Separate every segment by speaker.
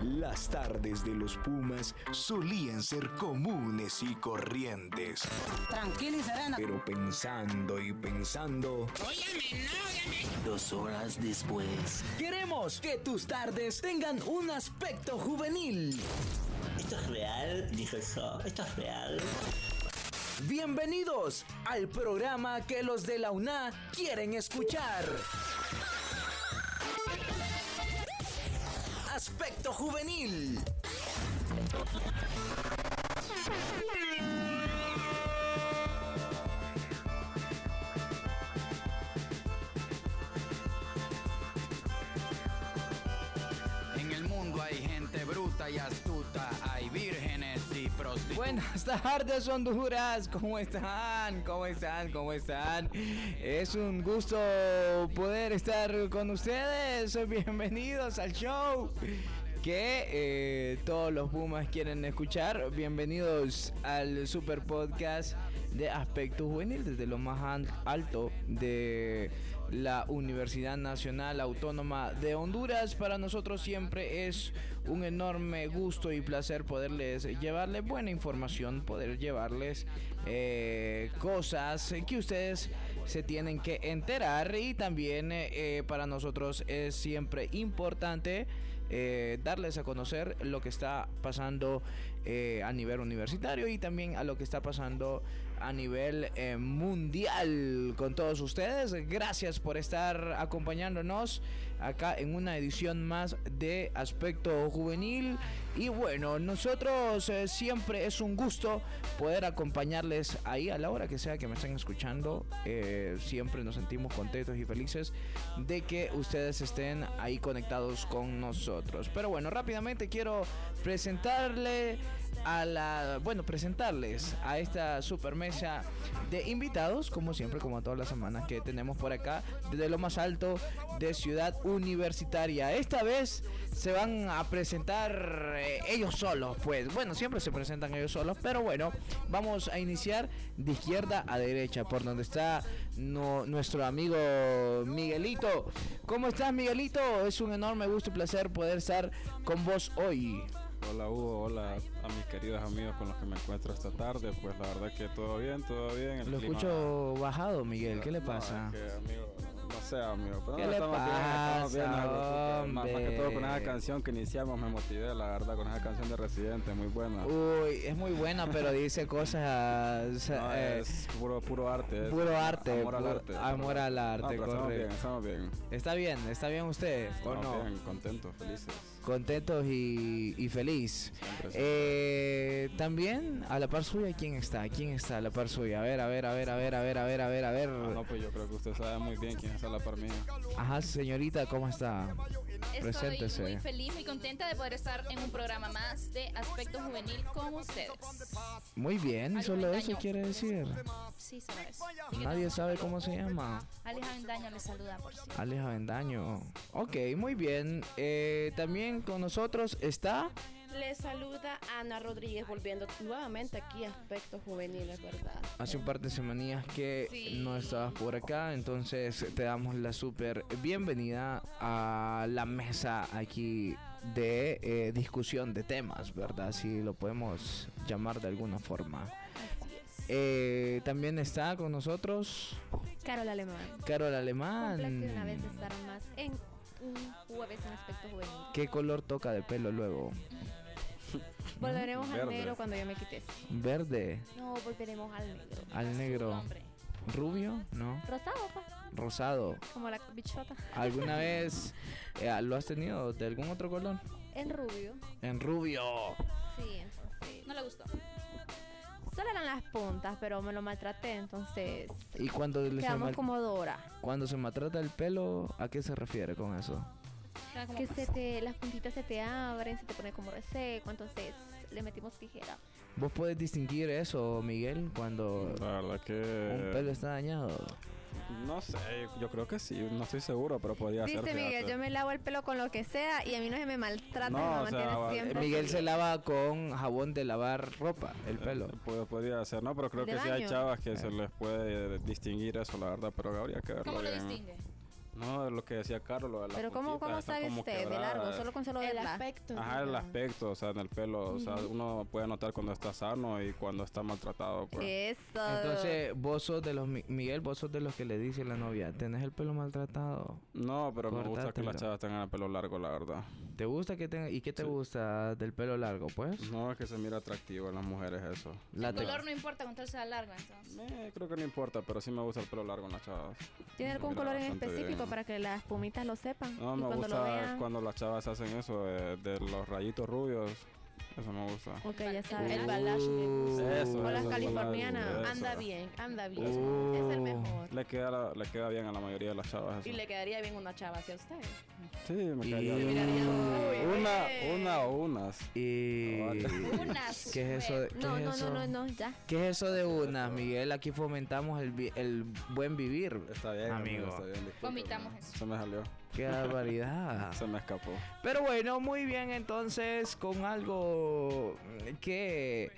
Speaker 1: Las tardes de los Pumas solían ser comunes y corrientes.
Speaker 2: Tranquila y serena.
Speaker 1: Pero pensando y pensando,
Speaker 3: Óyame, no, óyame.
Speaker 4: Dos horas después.
Speaker 5: Queremos que tus tardes tengan un aspecto juvenil.
Speaker 4: ¿Esto es real? Dijo yo. ¿Esto es real?
Speaker 5: Bienvenidos al programa que los de la UNA quieren escuchar. Aspecto juvenil.
Speaker 6: En el mundo hay gente bruta y astuta, hay vírgenes y prostitutas.
Speaker 7: Buenas tardes Honduras, ¿cómo están? ¿Cómo están? ¿Cómo están? Es un gusto poder estar con ustedes. Bienvenidos al show que eh, todos los Pumas quieren escuchar. Bienvenidos al super podcast de Aspecto Juvenil desde lo más an- alto de la Universidad Nacional Autónoma de Honduras. Para nosotros siempre es un enorme gusto y placer poderles llevarles buena información, poder llevarles eh, cosas que ustedes se tienen que enterar y también eh, eh, para nosotros es siempre importante eh, darles a conocer lo que está pasando eh, a nivel universitario y también a lo que está pasando a nivel eh, mundial con todos ustedes. Gracias por estar acompañándonos acá en una edición más de Aspecto Juvenil. Y bueno, nosotros eh, siempre es un gusto poder acompañarles ahí a la hora que sea que me estén escuchando. Eh, siempre nos sentimos contentos y felices de que ustedes estén ahí conectados con nosotros. Pero bueno, rápidamente quiero presentarle a la, bueno, presentarles a esta super mesa de invitados, como siempre, como todas las semanas que tenemos por acá, desde lo más alto de Ciudad Universitaria. Esta vez se van a presentar eh, ellos solos, pues. Bueno, siempre se presentan ellos solos, pero bueno, vamos a iniciar de izquierda a derecha, por donde está no- nuestro amigo Miguelito. ¿Cómo estás, Miguelito? Es un enorme gusto y placer poder estar con vos hoy.
Speaker 8: Hola Hugo, hola a mis queridos amigos con los que me encuentro esta tarde. Pues la verdad que todo bien, todo bien. el
Speaker 7: Lo
Speaker 8: clima-
Speaker 7: escucho bajado, Miguel. ¿Qué le
Speaker 8: No,
Speaker 7: pasa?
Speaker 8: es que, amigo, no sé, amigo. Pero
Speaker 7: ¿Qué
Speaker 8: no,
Speaker 7: le
Speaker 8: estamos bien, estamos
Speaker 7: pasa,
Speaker 8: bien, algo, porque más, más que todo con esa
Speaker 7: hombre?
Speaker 8: canción que iniciamos me motivé, la verdad, con esa canción de Residente, muy buena.
Speaker 7: Uy, es muy buena, pero dice cosas.
Speaker 8: No,
Speaker 7: eh,
Speaker 8: es puro, puro arte. es
Speaker 7: puro arte,
Speaker 8: Amor al
Speaker 7: puro-
Speaker 8: arte.
Speaker 7: amor al arte,
Speaker 8: No, pero estamos
Speaker 7: correcto.
Speaker 8: bien, estamos bien.
Speaker 7: Está bien, está bien usted, ¿o
Speaker 8: Estamos
Speaker 7: no?
Speaker 8: bien, contentos, felices.
Speaker 7: Contentos y, y feliz.
Speaker 8: Siempre, siempre.
Speaker 7: Eh, También, a la par suya, ¿quién está? ¿Quién está a la par suya? A ver, a ver, a ver, a ver, a ver, a ver, a ver, a ver.
Speaker 8: Ah, no, pues yo creo que usted sabe muy bien quién es a la par mía.
Speaker 7: Ajá, señorita, ¿cómo está?
Speaker 9: Estoy
Speaker 7: Preséntese.
Speaker 9: muy feliz, muy contenta de poder estar en un programa más de aspecto juvenil con ustedes.
Speaker 7: Muy bien,
Speaker 9: Algo
Speaker 7: solo
Speaker 9: me
Speaker 7: eso
Speaker 9: engañó.
Speaker 7: quiere decir.
Speaker 9: Sí, solo eso.
Speaker 7: Nadie sabe cómo se llama.
Speaker 9: Alex Avendaño les saluda, por cierto.
Speaker 7: Alex Avendaño. Ok, muy bien. Eh, también con nosotros está.
Speaker 10: Les saluda Ana Rodríguez volviendo nuevamente aquí a Aspectos Juveniles, ¿verdad?
Speaker 7: Hace un par de semanas que
Speaker 9: Sí.
Speaker 7: no estabas por acá, entonces te damos la súper bienvenida a la mesa aquí de eh, discusión de temas, ¿verdad? Si lo podemos llamar de alguna forma.
Speaker 9: Así es.
Speaker 7: Eh, también está con nosotros
Speaker 11: Carol Alemán.
Speaker 7: Carol
Speaker 11: Un
Speaker 7: Alemán.
Speaker 11: placer una vez estar más en un jueves en aspecto juvenil.
Speaker 7: ¿Qué color toca de pelo luego?
Speaker 11: Volveremos al
Speaker 8: Verde.
Speaker 11: negro cuando yo me quite.
Speaker 7: ¿Verde?
Speaker 11: No, volveremos al negro.
Speaker 7: ¿Al negro? ¿Rubio? ¿No?
Speaker 11: Rosado, pa.
Speaker 7: ¿Rosado?
Speaker 11: Como la bichota.
Speaker 7: ¿Alguna vez eh, lo has tenido de algún otro color?
Speaker 11: En rubio.
Speaker 7: En rubio.
Speaker 11: Sí, entonces.
Speaker 9: No le gustó.
Speaker 11: Solo eran las puntas, pero me lo maltraté, entonces.
Speaker 7: ¿Y cuando, le se
Speaker 11: Quedamos
Speaker 7: mal-
Speaker 11: como Dora.
Speaker 7: cuando se maltrata el pelo, a qué se refiere con eso?
Speaker 9: Era como-
Speaker 11: Que se te, las puntitas se te abren, se te pone como reseco, entonces le metimos tijera.
Speaker 7: ¿Vos podés distinguir eso, Miguel, cuando
Speaker 8: La verdad que.
Speaker 7: un pelo está dañado?
Speaker 8: No sé, yo creo que sí, no estoy seguro, pero podría ser.
Speaker 11: Dice Miguel,
Speaker 8: fíjate.
Speaker 11: yo me lavo el pelo con lo que sea y a mí no se me maltrata,
Speaker 8: No,
Speaker 11: me
Speaker 8: o
Speaker 11: lo
Speaker 8: sea,
Speaker 11: mantiene
Speaker 8: va-
Speaker 7: Eh,
Speaker 11: siempre.
Speaker 7: Miguel se lava con jabón de lavar ropa, el pelo.
Speaker 8: Eh, pod- podría ser, no, pero creo
Speaker 11: ¿De
Speaker 8: que sí hay
Speaker 11: baño?
Speaker 8: chavas que se les puede distinguir eso, la verdad, pero habría que verlo
Speaker 9: ¿Cómo lo
Speaker 8: bien.
Speaker 9: distingue?
Speaker 8: No, lo que decía Carlos, lo de las
Speaker 11: Pero ¿cómo,
Speaker 8: puntitas,
Speaker 11: cómo
Speaker 8: están
Speaker 11: sabe
Speaker 8: como
Speaker 11: usted de largo?
Speaker 8: quebradas.
Speaker 11: Solo con solo
Speaker 10: El
Speaker 11: verla.
Speaker 10: aspecto.
Speaker 8: Ajá, el
Speaker 10: ¿no?
Speaker 8: aspecto, o sea, en el pelo. O sea, uno puede notar cuando está sano y cuando está maltratado. pues.
Speaker 11: Eso.
Speaker 7: Entonces, vos sos de los. Mi- Miguel, vos sos de los que le dice la novia: Tenés el pelo maltratado.
Speaker 8: No, pero me gusta que las
Speaker 7: Cortátelo.
Speaker 8: chavas tengan el pelo largo, la verdad.
Speaker 7: ¿Te gusta que tenga.? ¿Y qué te
Speaker 8: Sí.
Speaker 7: gusta del pelo largo, pues?
Speaker 8: No, es que se mira atractivo en las mujeres eso.
Speaker 7: La
Speaker 9: El color no importa con tal sea largo, entonces.
Speaker 8: Eh, creo que no importa, pero sí me gusta el pelo largo en las chavas.
Speaker 11: ¿Tiene
Speaker 8: Se
Speaker 11: algún
Speaker 8: mira
Speaker 11: color en
Speaker 8: bastante
Speaker 11: específico
Speaker 8: bien.
Speaker 11: para que las pumitas lo sepan?
Speaker 8: No,
Speaker 11: y
Speaker 8: me
Speaker 11: cuando lo
Speaker 8: gusta
Speaker 11: vean.
Speaker 8: cuando las chavas hacen eso, eh, de los rayitos rubios. Eso me gusta.
Speaker 11: Ok, ya saben.
Speaker 10: El balash le gusta.
Speaker 8: Eso,
Speaker 11: o las
Speaker 8: eso,
Speaker 11: californianas.
Speaker 8: eso.
Speaker 10: Anda bien, anda bien.
Speaker 7: Uh.
Speaker 10: Es el mejor.
Speaker 8: Le queda, la- le queda bien a la mayoría de las chavas eso.
Speaker 10: Y le quedaría bien una chava si a usted.
Speaker 8: Sí, me
Speaker 7: Y-
Speaker 8: cae
Speaker 7: Le
Speaker 8: bien.
Speaker 10: miraría muy
Speaker 8: Una,
Speaker 10: bien.
Speaker 8: una o unas.
Speaker 7: Y...
Speaker 9: Unas,
Speaker 7: ¿Qué es eso? de-
Speaker 11: No,
Speaker 7: qué
Speaker 11: no,
Speaker 7: es
Speaker 11: no,
Speaker 7: eso?
Speaker 11: no, no, ya.
Speaker 7: ¿Qué es eso de unas, Miguel? Aquí fomentamos el, vi- el buen vivir.
Speaker 8: Está bien,
Speaker 7: Amigo.
Speaker 8: Está bien, discúlpeme.
Speaker 9: Vomitamos eso.
Speaker 8: Se me salió.
Speaker 7: ¡Qué barbaridad!
Speaker 8: Se me escapó.
Speaker 7: Pero bueno, muy bien entonces con algo que...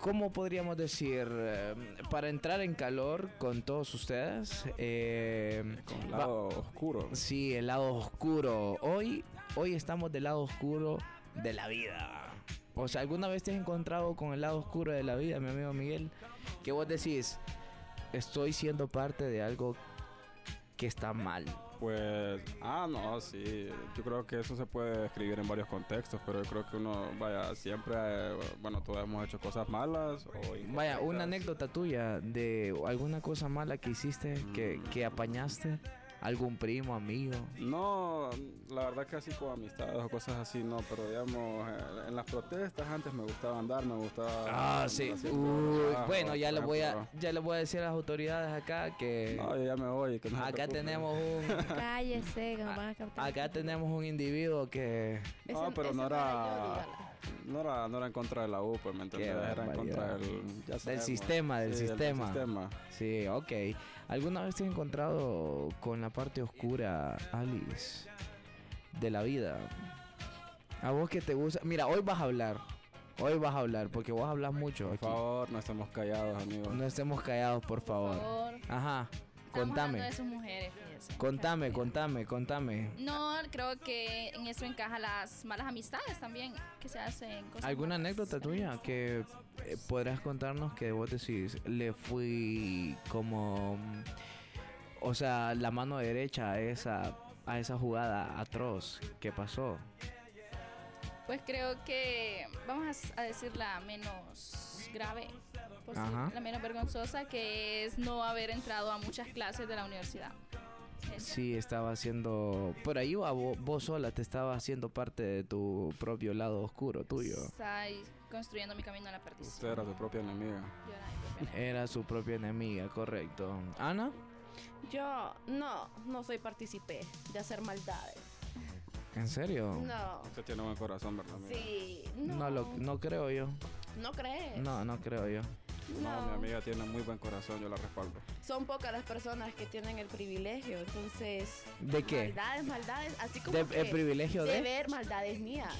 Speaker 7: ¿Cómo podríamos decir? Eh, Para entrar en calor con todos ustedes. eh,
Speaker 8: Con el
Speaker 7: va-
Speaker 8: lado oscuro.
Speaker 7: Sí, el lado oscuro. Hoy, hoy estamos del lado oscuro de la vida. O sea, ¿alguna vez te has encontrado con el lado oscuro de la vida, mi amigo Miguel? Que vos decís, estoy siendo parte de algo que está mal.
Speaker 8: Pues, ah, no, sí. Yo creo que eso se puede describir en varios contextos, pero yo creo que uno, vaya, siempre, eh, bueno, todos hemos hecho cosas malas. O
Speaker 7: Vaya,
Speaker 8: incorrectas.
Speaker 7: una anécdota tuya de alguna cosa mala que hiciste, que, que apañaste, algún primo, amigo.
Speaker 8: No, la verdad que así con amistades o cosas así, no, pero digamos, eh, en las protestas antes me gustaba andar, me gustaba...
Speaker 7: Ah,
Speaker 8: andar
Speaker 7: sí.
Speaker 8: así,
Speaker 7: Uy,
Speaker 8: ah,
Speaker 7: bueno,
Speaker 8: por
Speaker 7: ya le voy a,
Speaker 8: ejemplo.
Speaker 7: ya le voy a decir a las autoridades acá que
Speaker 8: No, yo ya me voy. que no se
Speaker 7: acá
Speaker 8: preocupen.
Speaker 7: tenemos un
Speaker 11: Cállese, que nos
Speaker 7: Ah,
Speaker 11: van a captar.
Speaker 7: Acá tenemos un individuo que...
Speaker 8: No,
Speaker 10: Ese-
Speaker 8: pero
Speaker 10: ese
Speaker 8: no
Speaker 10: era
Speaker 8: era,
Speaker 10: yo, dígala.
Speaker 8: no era... No era en contra de la U, pues, ¿me entiendes? Era en
Speaker 7: barbaridad.
Speaker 8: contra del... ya sabemos.
Speaker 7: sistema, del
Speaker 8: Sí,
Speaker 7: sistema.
Speaker 8: sistema.
Speaker 7: Sí, ok. ¿Alguna vez te has encontrado con la parte oscura, Alice, de la vida? A vos que te gusta... Mira, hoy vas a hablar. Hoy vas a hablar, porque vos hablas mucho
Speaker 8: Por
Speaker 7: aquí.
Speaker 8: favor, no estemos callados, amigos.
Speaker 7: No estemos callados, por
Speaker 9: Por
Speaker 7: favor.
Speaker 9: favor.
Speaker 7: Ajá,
Speaker 9: Estamos hablando
Speaker 7: contame.
Speaker 9: de sus mujeres, fíjense.
Speaker 7: Contame, contame, contame.
Speaker 9: No, creo que en eso encaja las malas amistades también que se hacen. Cosas
Speaker 7: ¿Alguna
Speaker 9: malas.
Speaker 7: anécdota tuya que eh, podrás contarnos que vos decís, le fui como, mm, o sea, la mano derecha a esa, a esa jugada atroz que pasó?
Speaker 9: Pues creo que vamos a decir la menos grave, por si-
Speaker 7: Ajá.
Speaker 9: la menos vergonzosa, que es no haber entrado a muchas clases de la universidad. Eso.
Speaker 7: Sí, estaba haciendo, por ahí va, vo- vos, sola te estaba haciendo parte de tu propio lado oscuro tuyo.
Speaker 9: Estoy construyendo mi camino a la
Speaker 8: Usted
Speaker 9: perdición.
Speaker 8: era su propia enemiga.
Speaker 9: Yo era mi propia enemiga.
Speaker 7: Era su propia enemiga, correcto. Ana,
Speaker 10: Yo no, no soy partícipe de hacer maldades.
Speaker 7: ¿en serio?
Speaker 10: No.
Speaker 8: Usted tiene buen corazón, ¿verdad, amiga?
Speaker 10: Sí, no.
Speaker 7: No, lo, no creo yo.
Speaker 10: ¿No crees?
Speaker 7: No, no creo yo.
Speaker 8: No, mi
Speaker 10: No.
Speaker 8: amiga tiene muy buen corazón, yo la respaldo.
Speaker 10: Son pocas las personas que tienen el privilegio, entonces.
Speaker 7: ¿De qué?
Speaker 10: Maldades, maldades, así como.
Speaker 7: De-
Speaker 10: que
Speaker 7: ¿El privilegio
Speaker 10: de
Speaker 7: de,
Speaker 10: ver maldades mías.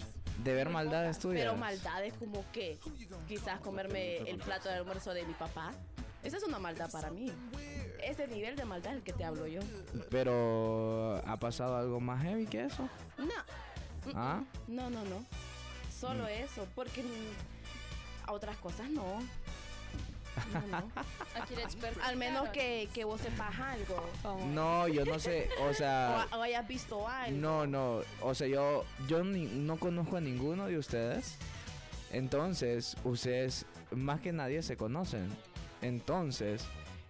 Speaker 7: de ver
Speaker 10: Muy
Speaker 7: maldades
Speaker 10: pocas,
Speaker 7: tuyas?
Speaker 10: Pero maldades como que quizás comerme el plato de almuerzo de mi papá. Esa es una maldad para mí. Ese nivel de maldad es el que te hablo yo.
Speaker 7: Pero ha pasado algo más heavy que eso.
Speaker 10: No. mm.
Speaker 7: Ah,
Speaker 10: No, no, no. Solo
Speaker 7: Mm.
Speaker 10: eso, porque n- a otras cosas no. No, no.
Speaker 9: Aquí el experto.
Speaker 10: Al menos que, que vos sepas algo
Speaker 7: no, yo no sé, o
Speaker 10: o,
Speaker 7: sea,
Speaker 10: o hayas visto algo.
Speaker 7: no, no, o sea, yo yo ni- no conozco a ninguno de ustedes. Entonces, ustedes más que nadie se conocen. Entonces,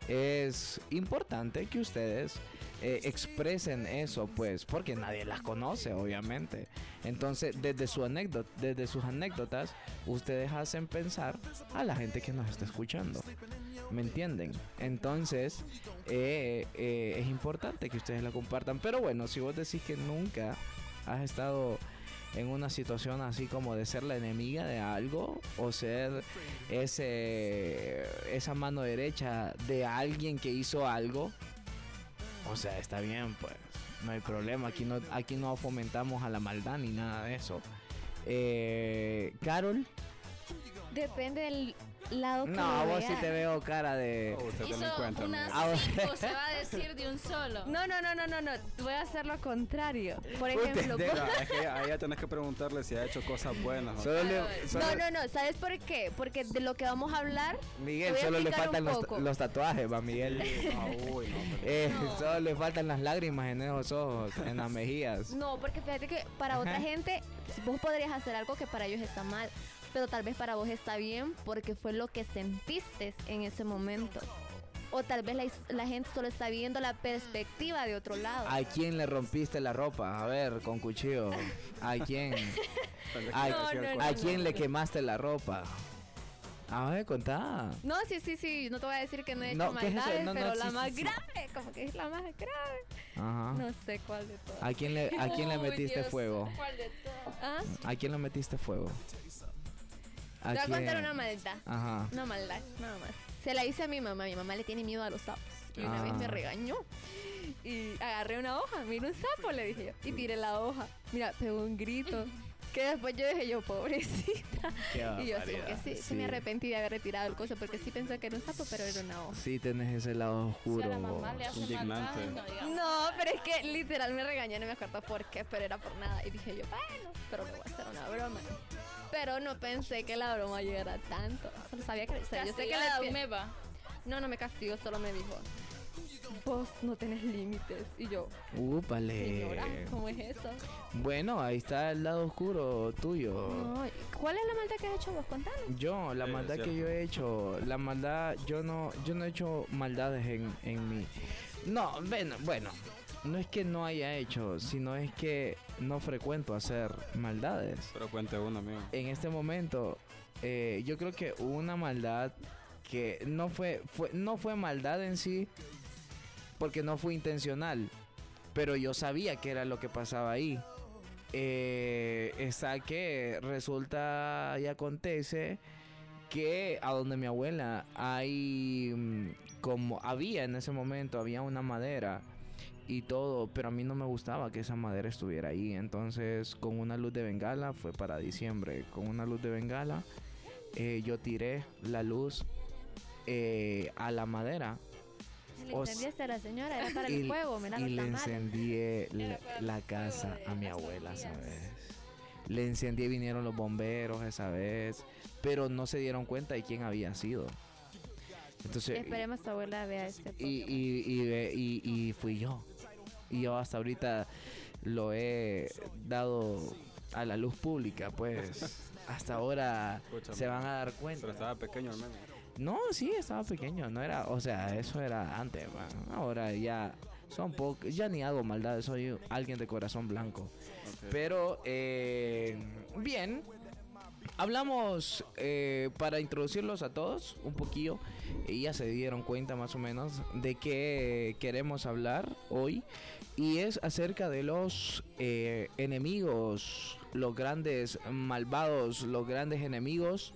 Speaker 7: es importante que ustedes eh, expresen eso, pues, porque nadie las conoce, obviamente. Entonces, desde su anécdota, desde sus anécdotas, ustedes hacen pensar a la gente que nos está escuchando. ¿Me entienden? Entonces, eh, eh, es importante que ustedes la compartan. Pero bueno, si vos decís que nunca has estado en una situación así como de ser la enemiga de algo o ser ese esa mano derecha de alguien que hizo algo, o sea, está bien, pues, no hay problema. Aquí no, aquí no fomentamos a la maldad ni nada de eso. Eh, Carol,
Speaker 11: Depende del lado que
Speaker 7: No,
Speaker 11: lo
Speaker 7: vos sí
Speaker 11: veas.
Speaker 7: te veo cara de.
Speaker 8: Oh, usted también
Speaker 9: Hizo
Speaker 8: cuéntame.
Speaker 9: unas
Speaker 7: Ah, bueno.
Speaker 9: cinco, se va a decir de un solo.
Speaker 11: No, no, no, no, no, no. Voy a hacer lo contrario. Por
Speaker 7: Usted
Speaker 11: ejemplo,
Speaker 7: de-
Speaker 11: vos-
Speaker 8: Mira, es que ella- a ella tenés que preguntarle si ha hecho cosas buenas. ¿no?
Speaker 7: Solo le-
Speaker 9: No,
Speaker 7: solo-
Speaker 11: no, no, no. ¿Sabes por qué? Porque de lo que vamos a hablar.
Speaker 7: Miguel,
Speaker 11: Voy a
Speaker 7: solo le
Speaker 11: explicar
Speaker 7: faltan
Speaker 11: un
Speaker 7: los,
Speaker 11: poco.
Speaker 7: los tatuajes, va Miguel.
Speaker 8: No, Ah, uy, no, hombre.
Speaker 7: Eh, Solo le faltan las lágrimas en esos ojos, en las mejillas.
Speaker 11: No, porque fíjate que para otra gente, vos podrías hacer algo que para ellos está mal. Pero tal vez para vos está bien porque fue lo que sentiste en ese momento. O tal vez la, his- la gente solo está viendo la perspectiva de otro lado.
Speaker 7: ¿A quién le rompiste la ropa? A ver, con cuchillo. ¿A quién? ¿A,
Speaker 11: No, no, no,
Speaker 7: ¿a
Speaker 11: no,
Speaker 7: quién
Speaker 11: no.
Speaker 7: le quemaste la ropa? A ver, contá.
Speaker 11: No, sí, sí, sí, no te voy a decir que no he hecho
Speaker 7: No, ¿qué es eso?
Speaker 11: maldades,
Speaker 7: No, no,
Speaker 11: pero
Speaker 7: sí,
Speaker 11: la
Speaker 7: sí,
Speaker 11: más
Speaker 7: sí. Ah.
Speaker 11: grave, como que es la más grave.
Speaker 7: Ajá.
Speaker 11: No sé cuál de todas.
Speaker 7: ¿A quién le, a quién le
Speaker 9: Uy,
Speaker 7: metiste
Speaker 9: Dios,
Speaker 7: fuego?
Speaker 9: ¿Cuál de todas?
Speaker 11: ¿Ah?
Speaker 7: ¿A quién le metiste fuego?
Speaker 11: Te voy a contar
Speaker 7: quién?
Speaker 11: una maldad.
Speaker 7: Ajá.
Speaker 11: Una maldad, nada más. Se la hice a mi mamá, mi mamá le tiene miedo a los sapos. Y una vez me
Speaker 7: Ah.
Speaker 11: regañó. Y agarré una hoja, mira un sapo, le dije yo. Y tiré la hoja. Mira, pegó un grito. Que después yo dije yo, pobrecita. Y yo sí, que sí, sí me arrepentí de haber retirado el coso porque sí pensé que era un sapo, pero era una hoja.
Speaker 7: Sí, tenés ese lado
Speaker 9: Si a
Speaker 7: oscuro.
Speaker 9: la mamá le hace
Speaker 8: Indignante.
Speaker 9: maldad, no digamos.
Speaker 11: No, pero es que literal me regañó, no me acuerdo por qué, pero era por nada. Y dije yo, bueno, pero me voy a hacer una broma. Pero no pensé que la broma llegara tanto. Solo sabía que... o sea, yo sé que
Speaker 9: Castigada,
Speaker 11: le-
Speaker 9: me va.
Speaker 11: No, no me castigó, solo me dijo, vos no tenés límites. Y yo,
Speaker 7: Eh,
Speaker 11: señora,
Speaker 7: Úpale.
Speaker 11: ¿cómo es eso?
Speaker 7: Bueno, ahí está el lado oscuro tuyo.
Speaker 11: No, ¿cuál es la maldad que has hecho vos? Contanos.
Speaker 7: Yo, la
Speaker 8: Sí, es
Speaker 7: maldad que
Speaker 8: cierto.
Speaker 7: yo he hecho, la maldad, yo no, yo no he hecho maldades en, en mí. No, bueno, bueno, no es que no haya hecho, sino es que no frecuento hacer maldades.
Speaker 8: Pero cuente uno, amigo.
Speaker 7: En este momento, eh, yo creo que hubo una maldad que no fue, fue, no fue maldad en sí, porque no fue intencional, pero yo sabía que era lo que pasaba ahí. Eh, está que resulta y acontece que a donde mi abuela hay mm, como había en ese momento había una madera y todo, pero a mí no me gustaba que esa madera estuviera ahí, entonces con una luz de bengala fue para diciembre, con una luz de bengala eh, yo tiré la luz eh, a la madera
Speaker 11: Le
Speaker 7: Os-
Speaker 11: entendiste a la señora, era para
Speaker 7: y,
Speaker 11: el juego, mira
Speaker 7: y
Speaker 11: los
Speaker 7: le
Speaker 11: tamales.
Speaker 7: encendí la,
Speaker 9: Era para
Speaker 7: la
Speaker 9: el fuego
Speaker 7: casa
Speaker 9: de
Speaker 7: a mi
Speaker 9: las
Speaker 7: abuela,
Speaker 9: tortillas.
Speaker 7: ¿sabes? Le encendí, vinieron los bomberos esa vez, pero no se dieron cuenta de quién había sido. Entonces,
Speaker 11: Esperemos tu abuela vea este
Speaker 7: y, y, y, ve- y- y fui yo. Y yo hasta ahorita lo he dado a la luz pública, pues hasta ahora
Speaker 8: Escúchame.
Speaker 7: se van a dar
Speaker 8: Pero
Speaker 7: cuenta.
Speaker 8: estaba pequeño al menos.
Speaker 7: No, sí, estaba pequeño, no era, o sea, eso era antes, man. ahora ya son pocos, ya ni hago maldad, soy alguien de corazón blanco.
Speaker 8: Ok.
Speaker 7: Pero, eh, bien, hablamos eh, para introducirlos a todos un poquillo, y ya se dieron cuenta más o menos de qué eh, queremos hablar hoy, y es acerca de los eh, enemigos, los grandes malvados, los grandes enemigos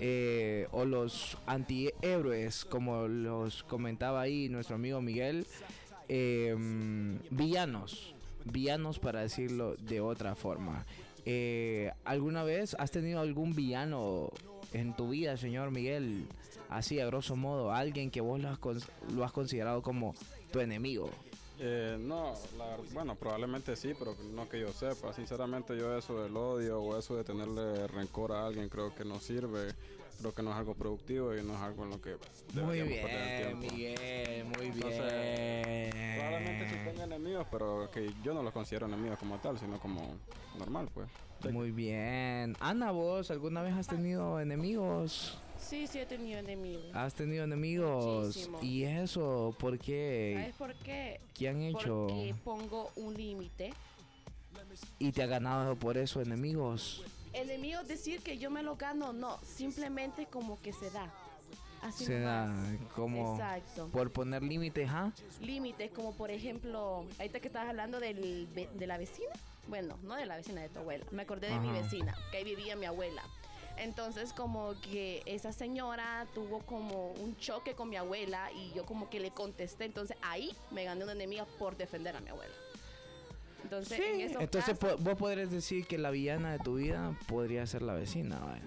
Speaker 7: eh, o los antihéroes, como los comentaba ahí nuestro amigo Miguel, eh, villanos, villanos para decirlo de otra forma. Eh, ¿Alguna vez has tenido algún villano en tu vida, señor Miguel? Así, a grosso modo, alguien que vos lo has, cons- lo has considerado como tu enemigo.
Speaker 8: Eh, no, la- bueno, probablemente sí, pero no que yo sepa. Sinceramente, yo eso del odio o eso de tenerle rencor a alguien creo que no sirve. Creo que no es algo productivo y no es algo en lo que
Speaker 7: Muy
Speaker 8: deberíamos perder
Speaker 7: bien,
Speaker 8: el tiempo.
Speaker 7: Miguel, muy
Speaker 8: Entonces,
Speaker 7: bien.
Speaker 8: Probablemente sí tenga enemigos, pero que yo no los considero enemigos como tal, sino como normal, pues.
Speaker 7: Muy bien. Ana, vos, ¿alguna vez has tenido enemigos?
Speaker 10: Sí, sí, he tenido enemigos.
Speaker 7: Has tenido enemigos.
Speaker 10: Muchísimo.
Speaker 7: ¿Y eso? ¿Por qué?
Speaker 10: ¿Sabes por qué?
Speaker 7: ¿Qué han hecho?
Speaker 10: Porque pongo un límite.
Speaker 7: ¿Y te ha ganado por eso enemigos?
Speaker 10: Enemigos decir que yo me lo gano, no. Simplemente como que se da. Así
Speaker 7: Se da
Speaker 10: nomás.
Speaker 7: como
Speaker 10: Exacto.
Speaker 7: por poner límites, ¿ah?
Speaker 10: límites, como por ejemplo, ahorita que estabas hablando del ve- de la vecina, bueno, no de la vecina de tu abuela, me acordé de mi
Speaker 7: Ajá.
Speaker 10: vecina, que ahí vivía mi abuela. Entonces como que esa señora tuvo como un choque con mi abuela y yo como que le contesté, entonces ahí me gané una enemiga por defender a mi abuela. Entonces, en esos
Speaker 7: Entonces
Speaker 10: casos-
Speaker 7: po- vos podrías decir que la villana de tu vida podría ser la vecina, vaya.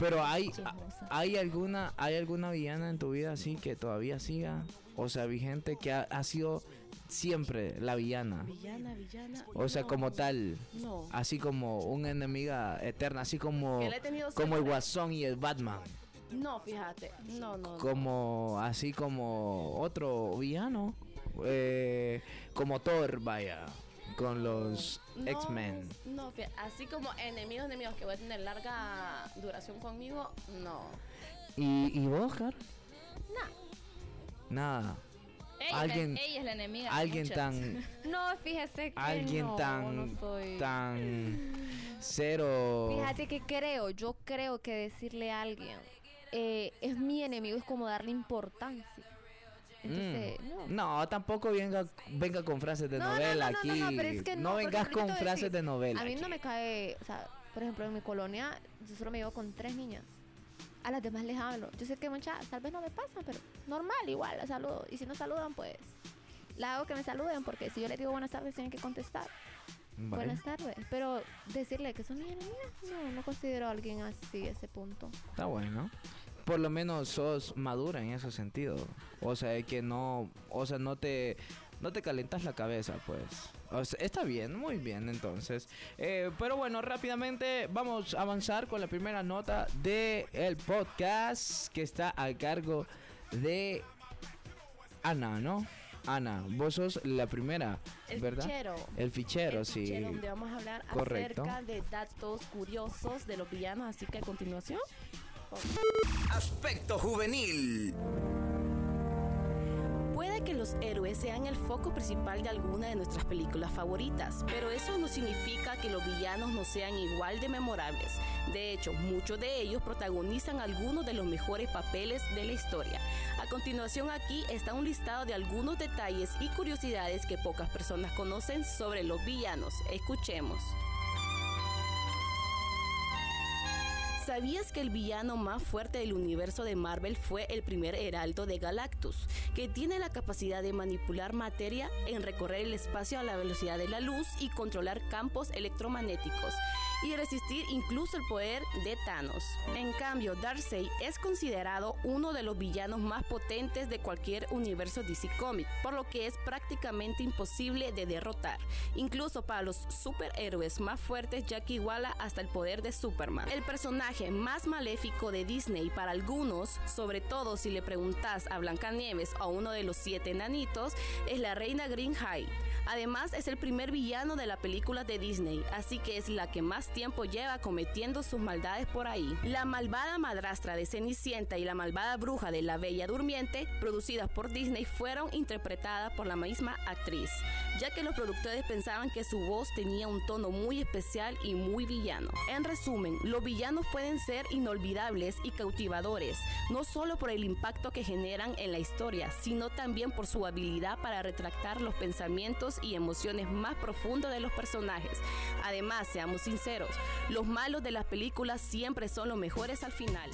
Speaker 7: Pero hay,
Speaker 11: Chismosa.
Speaker 7: a- hay alguna, hay alguna villana en tu vida así que todavía siga, o sea, vigente que ha, ha sido siempre la villana,
Speaker 12: Villana, villana.
Speaker 7: o sea,
Speaker 12: no,
Speaker 7: como tal, ah,
Speaker 12: No.
Speaker 7: así como una enemiga eterna, así como,
Speaker 12: Que la he tenido
Speaker 7: como el
Speaker 12: siempre.
Speaker 7: Guasón y el Batman,
Speaker 12: No, fíjate. No, no. no.
Speaker 7: como así como otro villano, eh, como Thor, vaya, con los
Speaker 12: No,
Speaker 7: X-Men.
Speaker 12: No, fíjate. Así como enemigos, enemigos que voy a tener larga duración conmigo, no.
Speaker 7: ¿Y, y vos, Car? Nada.
Speaker 9: Ella,
Speaker 7: Alguien-
Speaker 9: ella es la enemiga. de
Speaker 7: Alguien
Speaker 9: muchas.
Speaker 7: tan
Speaker 11: No, fíjese que
Speaker 7: alguien
Speaker 11: Eh, no,
Speaker 7: tan
Speaker 11: no soy.
Speaker 7: tan cero
Speaker 11: Fíjate que creo, yo creo que decirle a alguien eh, es mi enemigo es como darle importancia.
Speaker 7: Mm.
Speaker 11: Entonces, no.
Speaker 7: no tampoco venga venga con frases de
Speaker 11: No, no,
Speaker 7: novela
Speaker 11: no, no, no,
Speaker 7: aquí
Speaker 11: no, pero es que no, porque
Speaker 7: vengas
Speaker 11: ahorita
Speaker 7: con
Speaker 11: decís,
Speaker 7: frases de novela
Speaker 11: A mí no
Speaker 7: aquí.
Speaker 11: me cae, o sea, por ejemplo, en mi colonia, yo solo me llevo con tres niñas. A las demás les hablo. Yo sé que muchas, tal vez no me pasan, pero normal, igual, las saludo. Y si no saludan, pues la hago que me saluden, porque si yo les digo buenas tardes, tienen que contestar.
Speaker 7: Vale.
Speaker 11: Buenas tardes. Pero decirle que son mis enemigas, no, no considero a alguien así, ese punto.
Speaker 7: está bueno por lo menos sos madura en ese sentido o sea de que no o sea no te no te calentas la cabeza pues O sea, está bien muy bien entonces Eh, pero bueno rápidamente vamos a avanzar con la primera nota de el podcast que está a cargo de Ana, ¿no? Ana, vos sos la primera,
Speaker 12: El
Speaker 7: ¿verdad?
Speaker 12: fichero.
Speaker 7: El fichero,
Speaker 12: El
Speaker 7: sí.
Speaker 12: fichero donde vamos a hablar
Speaker 7: Correcto.
Speaker 12: acerca de datos curiosos de los villanos, así que a continuación.
Speaker 6: Aspecto juvenil.
Speaker 10: Puede que los héroes sean el foco principal de alguna de nuestras películas favoritas, pero eso no significa que los villanos no sean igual de memorables. De hecho, muchos de ellos protagonizan algunos de los mejores papeles de la historia. A continuación aquí está un listado de algunos detalles y curiosidades que pocas personas conocen sobre los villanos. Escuchemos. ¿Sabías que el villano más fuerte del universo de Marvel fue el primer heraldo de Galactus, que tiene la capacidad de manipular materia en recorrer el espacio a la velocidad de la luz y controlar campos electromagnéticos? y resistir incluso el poder de Thanos. En cambio, Darkseid es considerado uno de los villanos más potentes de cualquier universo DC Comics, por lo que es prácticamente imposible de derrotar, incluso para los superhéroes más fuertes ya que iguala hasta el poder de Superman. El personaje más maléfico de Disney para algunos, sobre todo si le preguntas a Blancanieves o a uno de los siete enanitos, es la reina Greenhide. Además, es el primer villano de la película de Disney, así que es la que más tiempo lleva cometiendo sus maldades por ahí. La malvada madrastra de Cenicienta y la malvada bruja de La Bella Durmiente, producidas por Disney, fueron interpretadas por la misma actriz, ya que los productores pensaban que su voz tenía un tono muy especial y muy villano. En resumen, los villanos pueden ser inolvidables y cautivadores, no solo por el impacto que generan en la historia, sino también por su habilidad para retractar los pensamientos y emociones más profundos de los personajes. Además, seamos sinceros, los malos de las películas siempre son los mejores al final.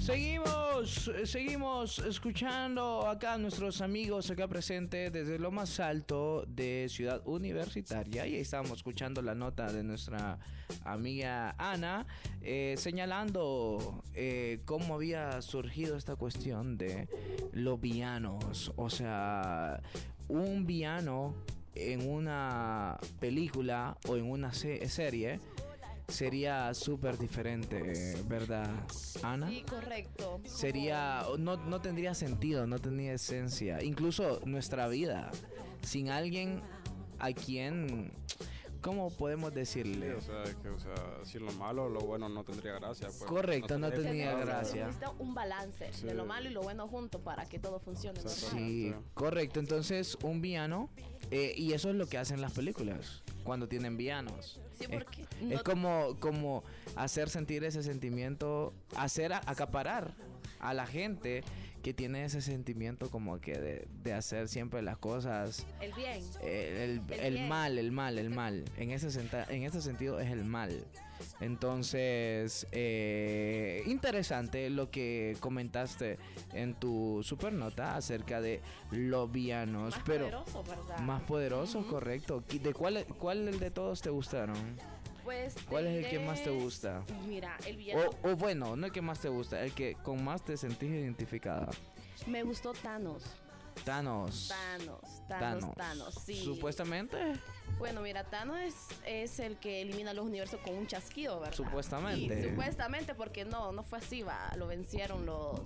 Speaker 7: Seguimos, eh, seguimos escuchando acá a nuestros amigos acá presentes desde lo más alto de Ciudad Universitaria. Y ahí estábamos escuchando la nota de nuestra amiga Ana, eh, señalando eh, cómo había surgido esta cuestión de los villanos. O sea, un villano en una película o en una se- serie. Sería súper diferente, ¿verdad, Ana?
Speaker 12: Sí, correcto.
Speaker 7: sería no, no tendría sentido, no tendría esencia. Incluso nuestra vida sin alguien a quien cómo podemos
Speaker 8: Sí,
Speaker 7: decirle
Speaker 8: o sea, es que, o sea, si lo malo, lo bueno no tendría gracia. pues.
Speaker 7: Correcto, no
Speaker 8: tendría
Speaker 7: tenía
Speaker 8: equilibrio.
Speaker 7: gracia.
Speaker 12: Necesita un balance
Speaker 8: Sí.
Speaker 12: de lo malo y lo bueno juntos para que todo funcione. ¿no?
Speaker 8: Exacto.
Speaker 7: Sí,
Speaker 8: Correcto.
Speaker 7: correcto. Entonces, un villano eh, y eso es lo que hacen las películas cuando tienen villanos.
Speaker 12: Sí,
Speaker 7: Es-
Speaker 12: porque
Speaker 7: es,
Speaker 12: no-
Speaker 7: como como hacer sentir ese sentimiento, hacer a- acaparar a la gente que tiene ese sentimiento como que de- de hacer siempre las cosas
Speaker 12: El bien.
Speaker 7: El, el-
Speaker 12: El
Speaker 7: el
Speaker 12: bien.
Speaker 7: mal, el mal, el mal. En ese, senta- en ese sentido es el mal. Entonces, eh, interesante lo que comentaste en tu supernota acerca de los villanos,
Speaker 12: Más
Speaker 7: pero
Speaker 12: poderoso, ¿verdad?
Speaker 7: más poderosos, correcto. ¿Qui- ¿De cuál, cuál de todos te gustaron?
Speaker 10: Pues te
Speaker 7: ¿Cuál es el que
Speaker 10: diré-
Speaker 7: más te gusta? Oh.
Speaker 10: Mira, el villano.
Speaker 7: O, o bueno, no el que más te gusta, el que con más te sentís identificada.
Speaker 10: Me gustó Thanos.
Speaker 7: Thanos.
Speaker 10: Thanos, Thanos, Thanos. sí.
Speaker 7: Supuestamente.
Speaker 10: Bueno, mira, Thanos es, es el que elimina los universos con un chasquido, ¿verdad?
Speaker 7: Supuestamente.
Speaker 10: Y supuestamente, porque no, no fue así, va. Lo vencieron los,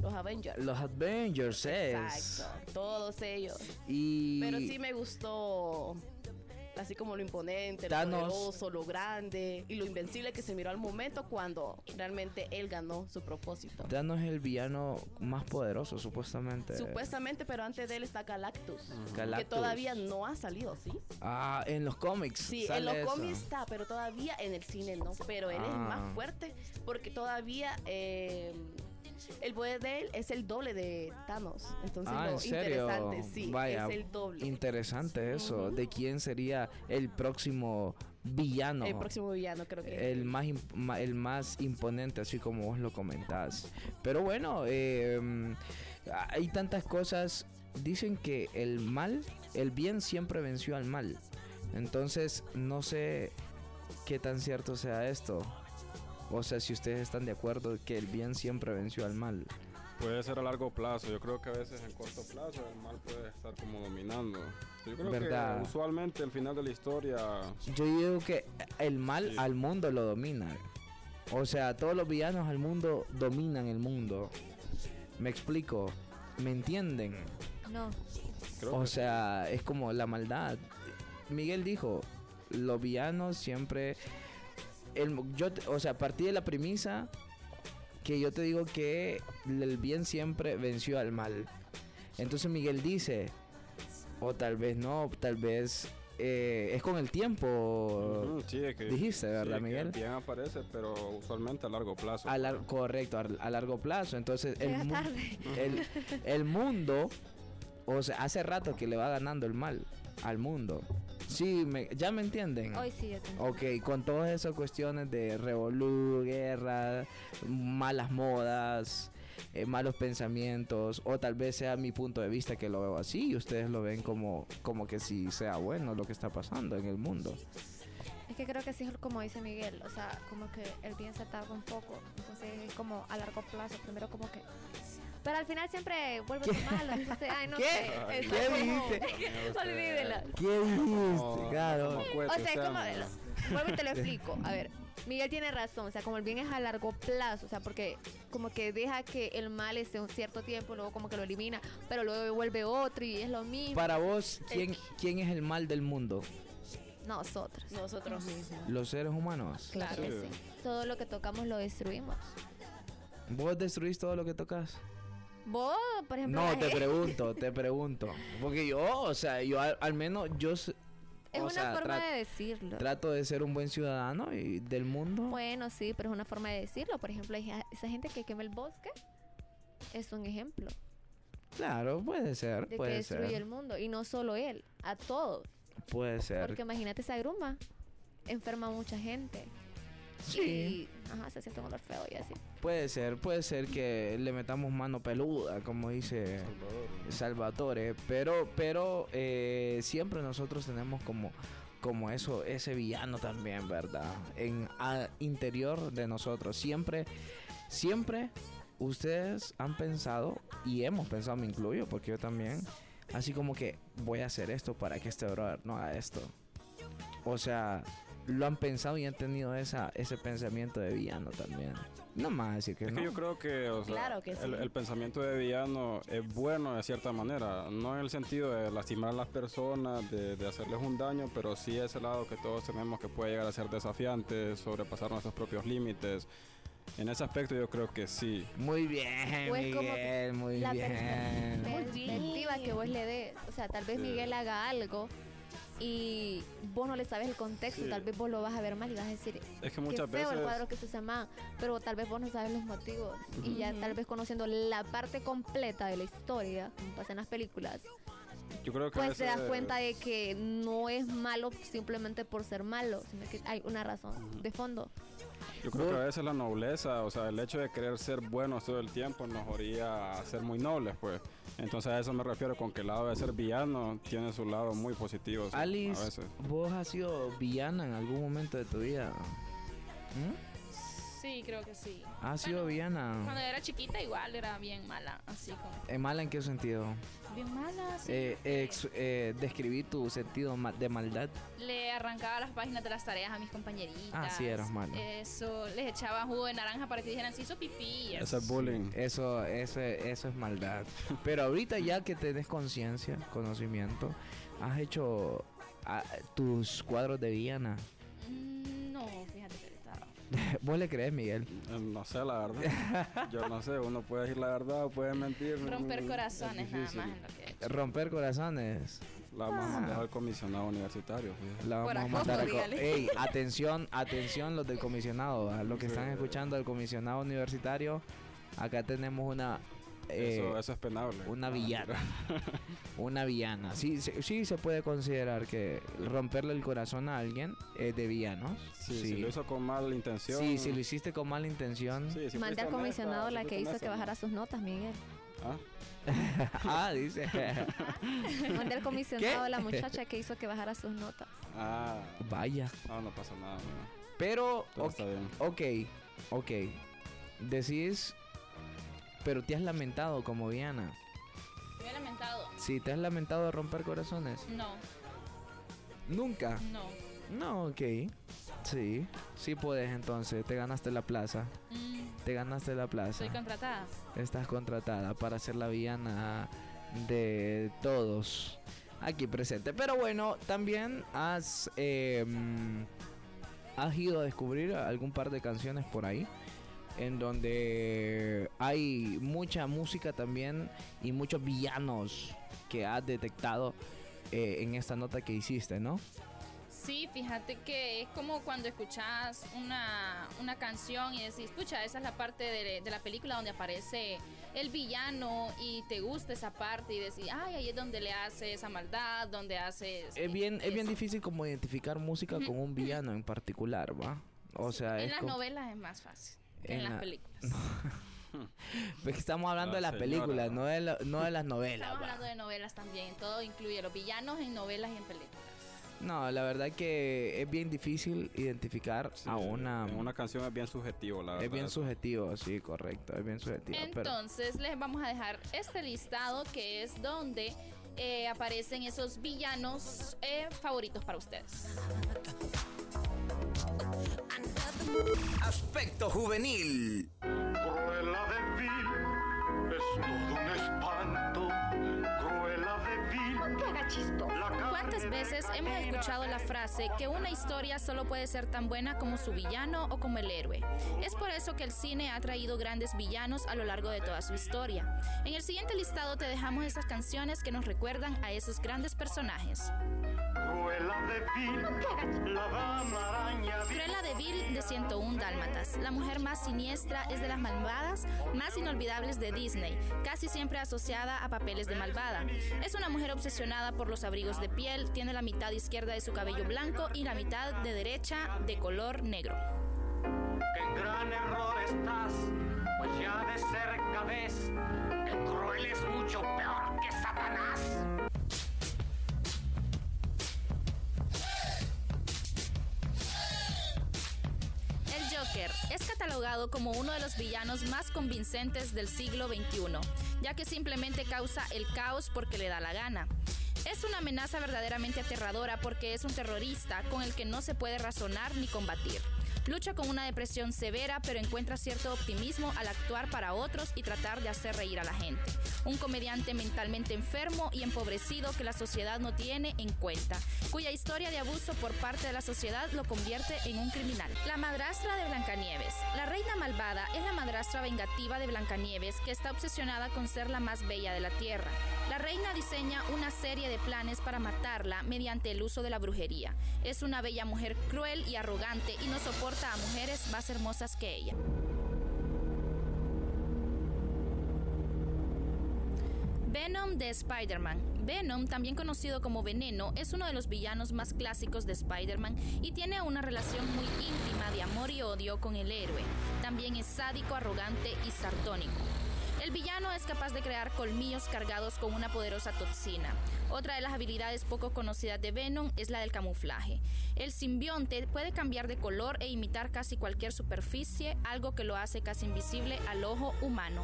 Speaker 10: los Avengers.
Speaker 7: Los Avengers es.
Speaker 10: Exacto, todos ellos.
Speaker 7: Y
Speaker 10: Pero sí me gustó así como lo imponente,
Speaker 7: Thanos.
Speaker 10: lo poderoso, lo grande y lo invencible que se miró al momento cuando realmente él ganó su propósito.
Speaker 7: Thanos es el villano más poderoso, supuestamente.
Speaker 10: Supuestamente, pero antes de él está Galactus,
Speaker 7: Galactus.
Speaker 10: que todavía no ha salido, ¿sí?
Speaker 7: Ah, en los cómics.
Speaker 10: Sí, en
Speaker 7: sale
Speaker 10: los
Speaker 7: eso.
Speaker 10: cómics está, pero todavía en el cine no. Pero él es
Speaker 7: Ah.
Speaker 10: más fuerte porque todavía eh, el poder de él es el doble de Thanos. Entonces,
Speaker 7: Ah,
Speaker 10: lo
Speaker 7: en serio.
Speaker 10: interesante, sí,
Speaker 7: Vaya,
Speaker 10: es el doble.
Speaker 7: Interesante eso. De quién sería el próximo villano.
Speaker 10: El próximo villano creo que
Speaker 7: el más imp- ma- el más imponente así como vos lo comentás pero bueno eh, mm, hay tantas cosas dicen que el mal el bien siempre venció al mal entonces no sé qué tan cierto sea esto o sea si ustedes están de acuerdo que el bien siempre venció al mal
Speaker 8: Puede ser a largo plazo. Yo creo que a veces en corto plazo el mal puede estar como dominando. Yo creo
Speaker 7: ¿Verdad?
Speaker 8: que usualmente el final de la historia.
Speaker 7: yo digo que el mal
Speaker 8: Sí.
Speaker 7: al mundo lo domina o sea todos los villanos al mundo dominan el mundo me explico me entienden
Speaker 11: No.
Speaker 7: o sea, es como la maldad. Miguel dijo, los villanos siempre... el- yo, te- o sea, a partir de la premisa que yo te digo que el bien siempre venció al mal. Entonces Miguel dice, o tal vez no, tal vez eh, es con el tiempo.
Speaker 8: ujú, sí, es que-
Speaker 7: dijiste,
Speaker 8: sí,
Speaker 7: ¿verdad,
Speaker 8: que
Speaker 7: Miguel?
Speaker 8: Bien aparece, pero usualmente a largo plazo.
Speaker 7: A lar- correcto, al- a, largo plazo. Entonces, el,
Speaker 8: Llega
Speaker 7: mu-
Speaker 8: tarde.
Speaker 7: el- el mundo, o sea, hace rato que le va ganando el mal al mundo. Sí, me- ya me entienden.
Speaker 11: Hoy sí, ya te entiendo.
Speaker 7: Mm. Ok, con todas esas cuestiones de revolú, guerra, malas modas, eh, malos pensamientos, o tal vez sea mi punto de vista que lo veo así y ustedes lo ven como, como que si sea bueno lo que está pasando en el mundo.
Speaker 11: Es que creo que sí es como dice Miguel, o sea, como que el bien se tarda un poco, entonces es como a largo plazo, primero como que... Pero al final siempre vuelve a ser malo, entonces, ay, no
Speaker 7: ¿Qué?
Speaker 11: sé.
Speaker 7: Ay,
Speaker 11: está
Speaker 7: ¿qué
Speaker 11: como-
Speaker 7: dijiste?
Speaker 11: Olvídelo.
Speaker 7: ¿Qué dijiste,
Speaker 11: O
Speaker 7: Caro?
Speaker 11: sea, es como... Vuelvo y te lo explico, a ver. Miguel tiene razón, o sea, como el bien es a largo plazo, o sea, porque como que deja que el mal esté un cierto tiempo, luego como que lo elimina, pero luego vuelve otro y es lo mismo.
Speaker 7: Para vos, ¿quién,
Speaker 11: Eh,
Speaker 7: quién es el mal del mundo?
Speaker 11: Nosotros.
Speaker 10: Nosotros mismos.
Speaker 7: ¿Los seres humanos?
Speaker 11: Claro que sí. Todo lo que tocamos lo destruimos.
Speaker 7: ¿Vos destruís todo lo que tocas?
Speaker 11: Vos, por ejemplo.
Speaker 7: No,
Speaker 11: la
Speaker 7: te
Speaker 11: gente-
Speaker 7: pregunto, te pregunto. Porque yo, o sea, yo al, al menos, yo... s-
Speaker 11: Es
Speaker 7: o
Speaker 11: una
Speaker 7: sea,
Speaker 11: forma
Speaker 7: tra-
Speaker 11: de decirlo.
Speaker 7: Trato de ser un buen ciudadano y del mundo.
Speaker 11: Bueno, sí, pero es una forma de decirlo. Por ejemplo, hay a- esa gente que quema el bosque es un ejemplo
Speaker 7: Claro, puede ser,
Speaker 11: de que
Speaker 7: puede
Speaker 11: destruye el
Speaker 7: ser.
Speaker 11: mundo. Y no solo él, a todos.
Speaker 7: Puede
Speaker 11: Porque
Speaker 7: ser.
Speaker 11: imagínate esa gruma. Enferma a mucha gente.
Speaker 7: Sí.
Speaker 11: Y ajá, se siente un olor feo y así.
Speaker 7: Puede ser, puede ser que le metamos mano peluda, como dice Salvatore, pero, pero eh, siempre nosotros tenemos como, como eso, ese villano también, ¿verdad? En a- interior de nosotros. Siempre, siempre ustedes han pensado, y hemos pensado, me incluyo, porque yo también, así como que voy a hacer esto para que este brother no haga esto. O sea, lo han pensado y han tenido esa, ese pensamiento de villano también. No más decir que
Speaker 8: Es
Speaker 7: no.
Speaker 8: que yo creo que, o sea,
Speaker 10: Claro que sí.
Speaker 8: el, el pensamiento de villano es bueno de cierta manera, no en el sentido de lastimar a las personas, de, de hacerles un daño, pero sí ese lado que todos tenemos que puede llegar a ser desafiante, sobrepasar nuestros propios límites. En ese aspecto yo creo que sí.
Speaker 7: Muy bien,
Speaker 11: O es Pues como
Speaker 7: Miguel, muy
Speaker 11: la
Speaker 7: bien.
Speaker 11: perspectiva que vos le des. O sea, tal vez
Speaker 7: Sí.
Speaker 11: Miguel haga algo y vos no le sabes el contexto,
Speaker 8: Sí.
Speaker 11: tal vez vos lo vas a ver mal y vas a decir,
Speaker 8: Es que muchas
Speaker 11: qué feo el
Speaker 8: veces-
Speaker 11: cuadro que se llama, pero tal vez vos no sabes los motivos y ya tal vez conociendo la parte completa de la historia, como pasa en las películas,
Speaker 8: Yo creo que a
Speaker 11: pues te das
Speaker 8: veces-
Speaker 11: cuenta de que no es malo simplemente por ser malo, sino que hay una razón de fondo.
Speaker 8: Yo creo que a veces la nobleza, o sea, el hecho de querer ser buenos todo el tiempo nos haría a ser muy nobles, pues. Entonces a eso me refiero con que el lado de ser villano tiene su lado muy positivo. o sea, a
Speaker 7: Alice,
Speaker 8: veces.
Speaker 7: ¿vos has sido villana en algún momento de tu vida? ¿Mm?
Speaker 9: Sí, creo que sí.
Speaker 7: ¿Has sido
Speaker 9: Cuando
Speaker 7: villana?
Speaker 9: era chiquita igual era bien mala, así como...
Speaker 7: ¿Eh, ¿Mala en qué sentido?
Speaker 9: Bien mala, así.
Speaker 7: Eh, ex- eh, describí tu sentido ma- de maldad.
Speaker 9: Le arrancaba las páginas de las tareas a mis compañeritas.
Speaker 7: Ah, sí, eras mala.
Speaker 9: Eso, les echaba jugo de naranja para que dijeran, sí, hizo pipí. y así.
Speaker 7: bullying. Eso, eso, eso es maldad. Pero ahorita ya que tenés conciencia, conocimiento, has hecho ah, tus cuadros de Viana.
Speaker 9: Mm, No, fíjate que estaba.
Speaker 7: ¿Vos le crees, Miguel?
Speaker 8: Eh, No sé, la verdad. Yo no sé, uno puede decir la verdad o puede mentir.
Speaker 9: Romper
Speaker 8: mm,
Speaker 9: corazones
Speaker 8: es
Speaker 9: nada
Speaker 8: difícil.
Speaker 9: más en lo que he hecho.
Speaker 7: Romper corazones.
Speaker 8: La vamos
Speaker 7: Ah.
Speaker 8: a mandar al comisionado universitario. pues. fíjate.
Speaker 7: La
Speaker 9: Por
Speaker 7: vamos a
Speaker 9: acoso,
Speaker 7: mandar a co-
Speaker 9: dígale.
Speaker 7: Ey, atención, atención los del comisionado, a los que están escuchando al comisionado universitario. Acá tenemos una eh,
Speaker 8: eso, eso es penable.
Speaker 7: una
Speaker 8: Ah,
Speaker 7: villana. una villana. Sí, sí, sí se puede considerar que romperle el corazón a alguien es de villanos.
Speaker 8: Sí, Si lo hizo con mala intención.
Speaker 7: Sí, si lo hiciste con mala intención.
Speaker 8: Sí, si fuiste
Speaker 11: Mande al
Speaker 8: honesta,
Speaker 11: comisionado
Speaker 8: si
Speaker 11: la
Speaker 8: fuiste
Speaker 11: que hizo
Speaker 8: honesta,
Speaker 11: que
Speaker 8: ¿no?
Speaker 11: bajara sus notas, Miguel.
Speaker 8: Ah,
Speaker 7: ah, dice.
Speaker 11: Mande al comisionado
Speaker 7: ¿Qué?
Speaker 11: la muchacha que hizo que bajara sus notas.
Speaker 8: ah,
Speaker 7: Vaya.
Speaker 8: no, no pasa nada. no.
Speaker 7: Pero,
Speaker 8: Todo
Speaker 7: ok,
Speaker 8: está bien.
Speaker 7: ok, ok. Decís, pero te has lamentado como Diana.
Speaker 9: Me he lamentado.
Speaker 7: Sí, te has lamentado de romper corazones.
Speaker 9: No,
Speaker 7: Nunca.
Speaker 9: no.
Speaker 7: No, ok. Sí, sí puedes entonces. Te ganaste la plaza.
Speaker 9: Mm,
Speaker 7: Te ganaste la plaza.
Speaker 9: soy contratada.
Speaker 7: Estás contratada para ser la villana de todos aquí presente. Pero bueno, también has, eh, mm, has ido a descubrir algún par de canciones por ahí. En donde hay mucha música también y muchos villanos que has detectado eh, en esta nota que hiciste, ¿no?
Speaker 9: Sí, fíjate que es como cuando escuchas una, una canción y decís, pucha, esa es la parte de, de la película donde aparece el villano y te gusta esa parte y decís, ay, ahí es donde le hace esa maldad, donde haces...
Speaker 7: Es bien, es bien
Speaker 9: eso".
Speaker 7: difícil como identificar música con un villano en particular, ¿va? O sea,
Speaker 9: En
Speaker 7: es
Speaker 9: las
Speaker 7: como-
Speaker 9: novelas es más fácil. que En,
Speaker 7: En
Speaker 9: las
Speaker 7: la-
Speaker 9: películas.
Speaker 7: Pues estamos hablando
Speaker 8: La
Speaker 7: de las
Speaker 8: señora,
Speaker 7: películas,
Speaker 8: ¿no?
Speaker 7: no de, la- no de las novelas.
Speaker 9: Estamos
Speaker 7: va.
Speaker 9: hablando de novelas también. Todo incluye los villanos en novelas y en películas.
Speaker 7: No, la verdad que es bien difícil identificar
Speaker 8: Sí,
Speaker 7: a
Speaker 8: sí,
Speaker 7: Ah, una...
Speaker 8: en una canción es bien subjetivo, la verdad.
Speaker 7: es bien
Speaker 8: eso.
Speaker 7: subjetivo, sí, correcto, es bien subjetivo. pero
Speaker 9: Entonces les vamos a dejar este listado que es donde eh, aparecen esos villanos eh, favoritos para ustedes.
Speaker 5: Aspecto juvenil.
Speaker 13: Cruela de vil, es todo un espanto. Cruela de vil, la carne
Speaker 9: ¿Cuántas
Speaker 13: de
Speaker 9: veces hemos
Speaker 13: gallina
Speaker 9: escuchado la frase que una historia solo puede ser tan buena como su villano o como el héroe? Es por eso que el cine ha traído grandes villanos a lo largo de toda su historia. En el siguiente listado te dejamos esas canciones que nos recuerdan a esos grandes personajes.
Speaker 13: Cruela de vil, la dama araña vil.
Speaker 9: Cruella de Vil de 101 Dálmatas, la mujer más siniestra es de las malvadas más inolvidables de Disney, casi siempre asociada a papeles de malvada. Es una mujer obsesionada por los abrigos de piel, tiene la mitad izquierda de su cabello blanco y la mitad de derecha de color negro.
Speaker 13: ¡Qué gran error estás! Pues ya de cerca ves que cruel es mucho peor que Satanás.
Speaker 9: El Joker es catalogado como uno de los villanos más convincentes del siglo XXI, ya que simplemente causa el caos porque le da la gana. Es una amenaza verdaderamente aterradora porque es un terrorista con el que no se puede razonar ni combatir. Lucha con una depresión severa pero encuentra cierto optimismo al actuar para otros y tratar de hacer reír a la gente. Un comediante mentalmente enfermo y empobrecido que la sociedad no tiene en cuenta, cuya historia de abuso por parte de la sociedad lo convierte en un criminal. La madrastra de Blancanieves. La reina malvada es la madrastra vengativa de Blancanieves que está obsesionada con ser la más bella de la tierra. La reina diseña una serie de planes para matarla mediante el uso de la brujería. Es una bella mujer cruel y arrogante y no soporta a mujeres más hermosas que ella. Venom de Spider-Man. Venom, también conocido como Veneno, es uno de los villanos más clásicos de Spider-Man y tiene una relación muy íntima llena de amor y odio con el héroe. También es sádico, arrogante y sartónico. El villano es capaz de crear colmillos cargados con una poderosa toxina. Otra de las habilidades poco conocidas de Venom es la del camuflaje. El simbionte puede cambiar de color e imitar casi cualquier superficie, algo que lo hace casi invisible al ojo humano.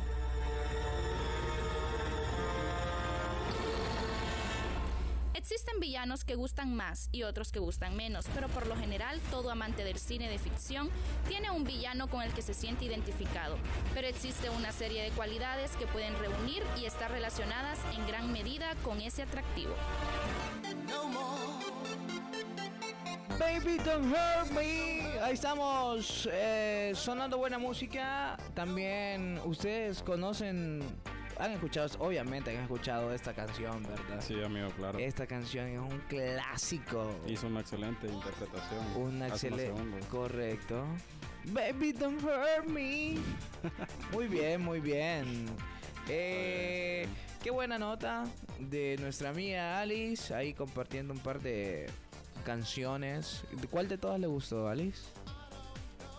Speaker 9: Existen villanos que gustan más y otros que gustan menos, pero por lo general todo amante del cine de ficción tiene un villano con el que se siente identificado. Pero existe una serie de cualidades que pueden reunir y estar relacionadas en gran medida con ese atractivo.
Speaker 7: Baby Don't Hurt Me. Ahí estamos eh, sonando buena música. También ustedes conocen, han escuchado, obviamente han escuchado esta canción, ¿verdad?
Speaker 8: Sí, amigo, claro.
Speaker 7: Esta canción es un clásico.
Speaker 8: Hizo una excelente interpretación.
Speaker 7: Un
Speaker 8: hace unos
Speaker 7: excelente,
Speaker 8: segundos.
Speaker 7: correcto. Baby Don't Hurt Me. Muy bien, muy bien. Eh, qué buena nota de nuestra amiga Alice, ahí compartiendo un par de canciones. ¿Cuál de todas le gustó, Alice?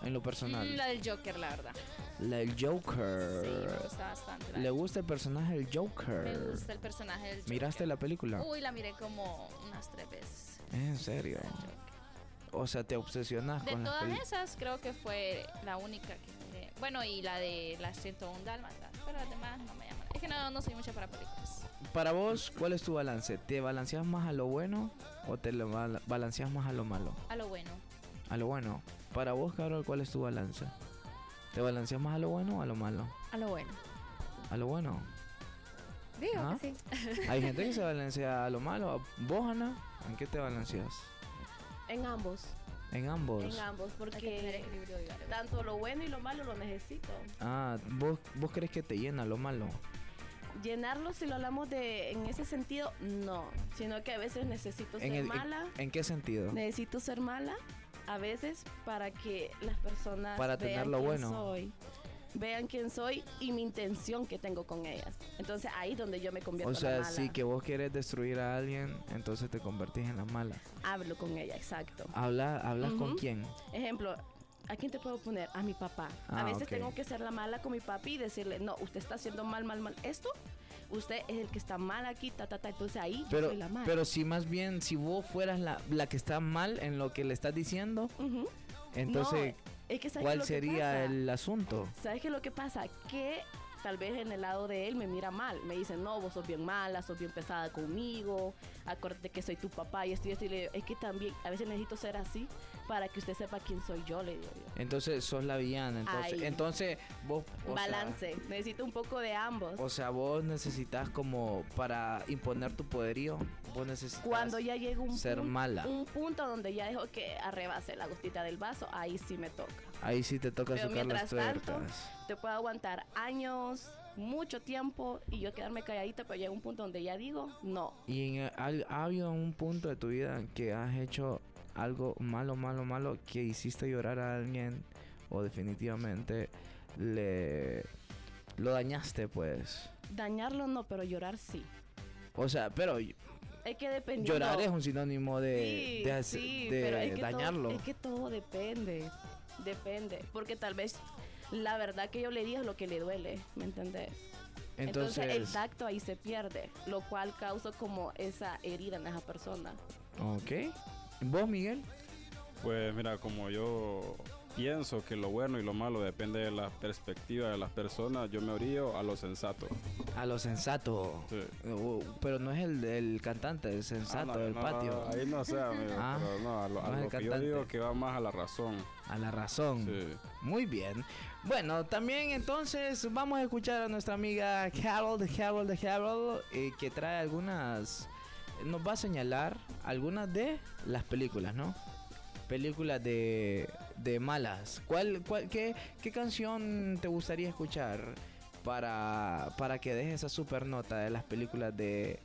Speaker 7: En lo personal.
Speaker 9: La del Joker, la verdad.
Speaker 7: La del Joker.
Speaker 9: Sí, me gusta bastante. la-
Speaker 7: ¿Le gusta el personaje del Joker?
Speaker 9: Me gusta el personaje del Joker.
Speaker 7: ¿Miraste la película?
Speaker 9: Uy, la miré como unas tres veces.
Speaker 7: En serio. O sea, te obsesionas
Speaker 9: De
Speaker 7: con las
Speaker 9: todas
Speaker 7: peli-
Speaker 9: esas, creo que fue la única que miré. Bueno, y la de las 101 Dálmatas, pero las demás no me llaman. Es que no, no soy mucha para películas.
Speaker 7: Para vos, ¿cuál es tu balance? ¿Te balanceas más a lo bueno o te lo bal- balanceas más a lo malo?
Speaker 9: A lo bueno,
Speaker 7: A lo bueno. Para vos, Carol, ¿cuál es tu balance? ¿Te balanceas más a lo bueno o a lo malo?
Speaker 11: A lo bueno.
Speaker 7: A lo bueno.
Speaker 11: Digo
Speaker 7: ¿Ah?
Speaker 11: que sí.
Speaker 7: Hay gente que se balancea a lo malo. ¿Vos, Ana? ¿En qué te balanceas?
Speaker 10: En ambos.
Speaker 7: En ambos.
Speaker 10: En ambos, porque tanto lo bueno y lo malo lo necesito.
Speaker 7: Ah, ¿vos, vos crees que te llena lo malo.
Speaker 10: Llenarlo, si lo hablamos de en ese sentido, no. Sino que a veces necesito ser
Speaker 7: el-
Speaker 10: mala.
Speaker 7: en qué sentido?
Speaker 10: Necesito ser mala a veces para que las personas
Speaker 7: Para
Speaker 10: vean
Speaker 7: tener lo
Speaker 10: quién
Speaker 7: bueno.
Speaker 10: soy, vean quién soy y mi intención que tengo con ellas. Entonces ahí es donde yo me convierto
Speaker 7: O
Speaker 10: en la
Speaker 7: sea,
Speaker 10: mala.
Speaker 7: si que vos quieres destruir a alguien, entonces te convertís en la mala.
Speaker 10: Hablo con ella, exacto.
Speaker 7: Habla, ¿Hablas con
Speaker 10: Ujú.
Speaker 7: quién?
Speaker 10: Ejemplo, ¿a quién te puedo poner? A mi papá.
Speaker 7: Ah,
Speaker 10: a veces
Speaker 7: ok.
Speaker 10: tengo que ser la mala con mi papi y decirle, no, usted está haciendo mal, mal, mal esto. Usted es el que está mal aquí, ta, ta, ta. Entonces ahí yo
Speaker 7: Pero,
Speaker 10: soy la mala.
Speaker 7: pero si más bien, si vos fueras la, la que está mal en lo que le estás diciendo,
Speaker 10: Ujú.
Speaker 7: entonces,
Speaker 10: No, es que ¿sabes qué es
Speaker 7: ¿cuál
Speaker 10: lo que
Speaker 7: sería
Speaker 10: pasa?
Speaker 7: el asunto?
Speaker 10: ¿Sabes qué es lo que pasa? Que tal vez en el lado de él me mira mal. Me dice, no, vos sos bien mala, sos bien pesada conmigo. Acuérdate que soy tu papá y estoy así. Le digo, es que también a veces necesito ser así para que usted sepa quién soy yo, le digo yo.
Speaker 7: Entonces, sos la villana. Entonces,
Speaker 10: Ahí.
Speaker 7: entonces vos. o sea,
Speaker 10: Balance. Necesito un poco de ambos.
Speaker 7: o sea, vos necesitas como para imponer tu poderío, vos necesitas...
Speaker 10: Cuando ya llega un,
Speaker 7: ser
Speaker 10: pun-
Speaker 7: mala.
Speaker 10: un punto donde ya dejo que arrebase la gotita del vaso, ahí sí me toca.
Speaker 7: Ahí sí te toca
Speaker 10: Pero
Speaker 7: sacar las
Speaker 10: mientras tanto,
Speaker 7: tuercas.
Speaker 10: te puedo aguantar años, mucho tiempo y yo quedarme calladita, pero llega un punto donde ya digo, no,
Speaker 7: ¿Y en el- al- ha habido un punto de tu vida que has hecho algo malo, malo, malo que hiciste llorar a alguien o definitivamente le lo dañaste, pues?
Speaker 10: dañarlo no, pero llorar sí.
Speaker 7: O sea, pero y-
Speaker 10: Es que dependiendo.
Speaker 7: llorar es un sinónimo de,
Speaker 10: Eh, Sí,
Speaker 7: de hace-
Speaker 10: sí,
Speaker 7: de
Speaker 10: pero es que todo-
Speaker 7: dañarlo.
Speaker 10: es que todo depende. Depende. Porque tal vez la verdad que yo le diga es lo que le duele, ¿me entendés? el
Speaker 7: Entonces-
Speaker 10: tacto ahí se pierde, lo cual causa como esa herida en esa persona.
Speaker 7: Ok. ¿Vos, Miguel?
Speaker 8: Pues mira, como yo pienso que lo bueno y lo malo depende de la perspectiva de las personas, yo me orillo a lo sensato.
Speaker 7: A lo sensato. Oh, pero no es el, el cantante, el sensato
Speaker 8: Ah, no,
Speaker 7: del
Speaker 8: no,
Speaker 7: patio.
Speaker 8: no, ahí no sé, amigo,
Speaker 7: Ah,
Speaker 8: pero no, a lo, a
Speaker 7: no es el
Speaker 8: lo que yo
Speaker 7: cantante. Mm.
Speaker 8: digo que va más a la razón.
Speaker 7: A la razón. Muy bien. Bueno, también entonces vamos a escuchar a nuestra amiga Carol de Carol de Carol, eh, que trae algunas. Nos va a señalar algunas de las películas, ¿no? Películas de, de malas. ¿Cuál, cuál, qué, qué canción te gustaría escuchar para, para que dejes esa super nota de las películas de,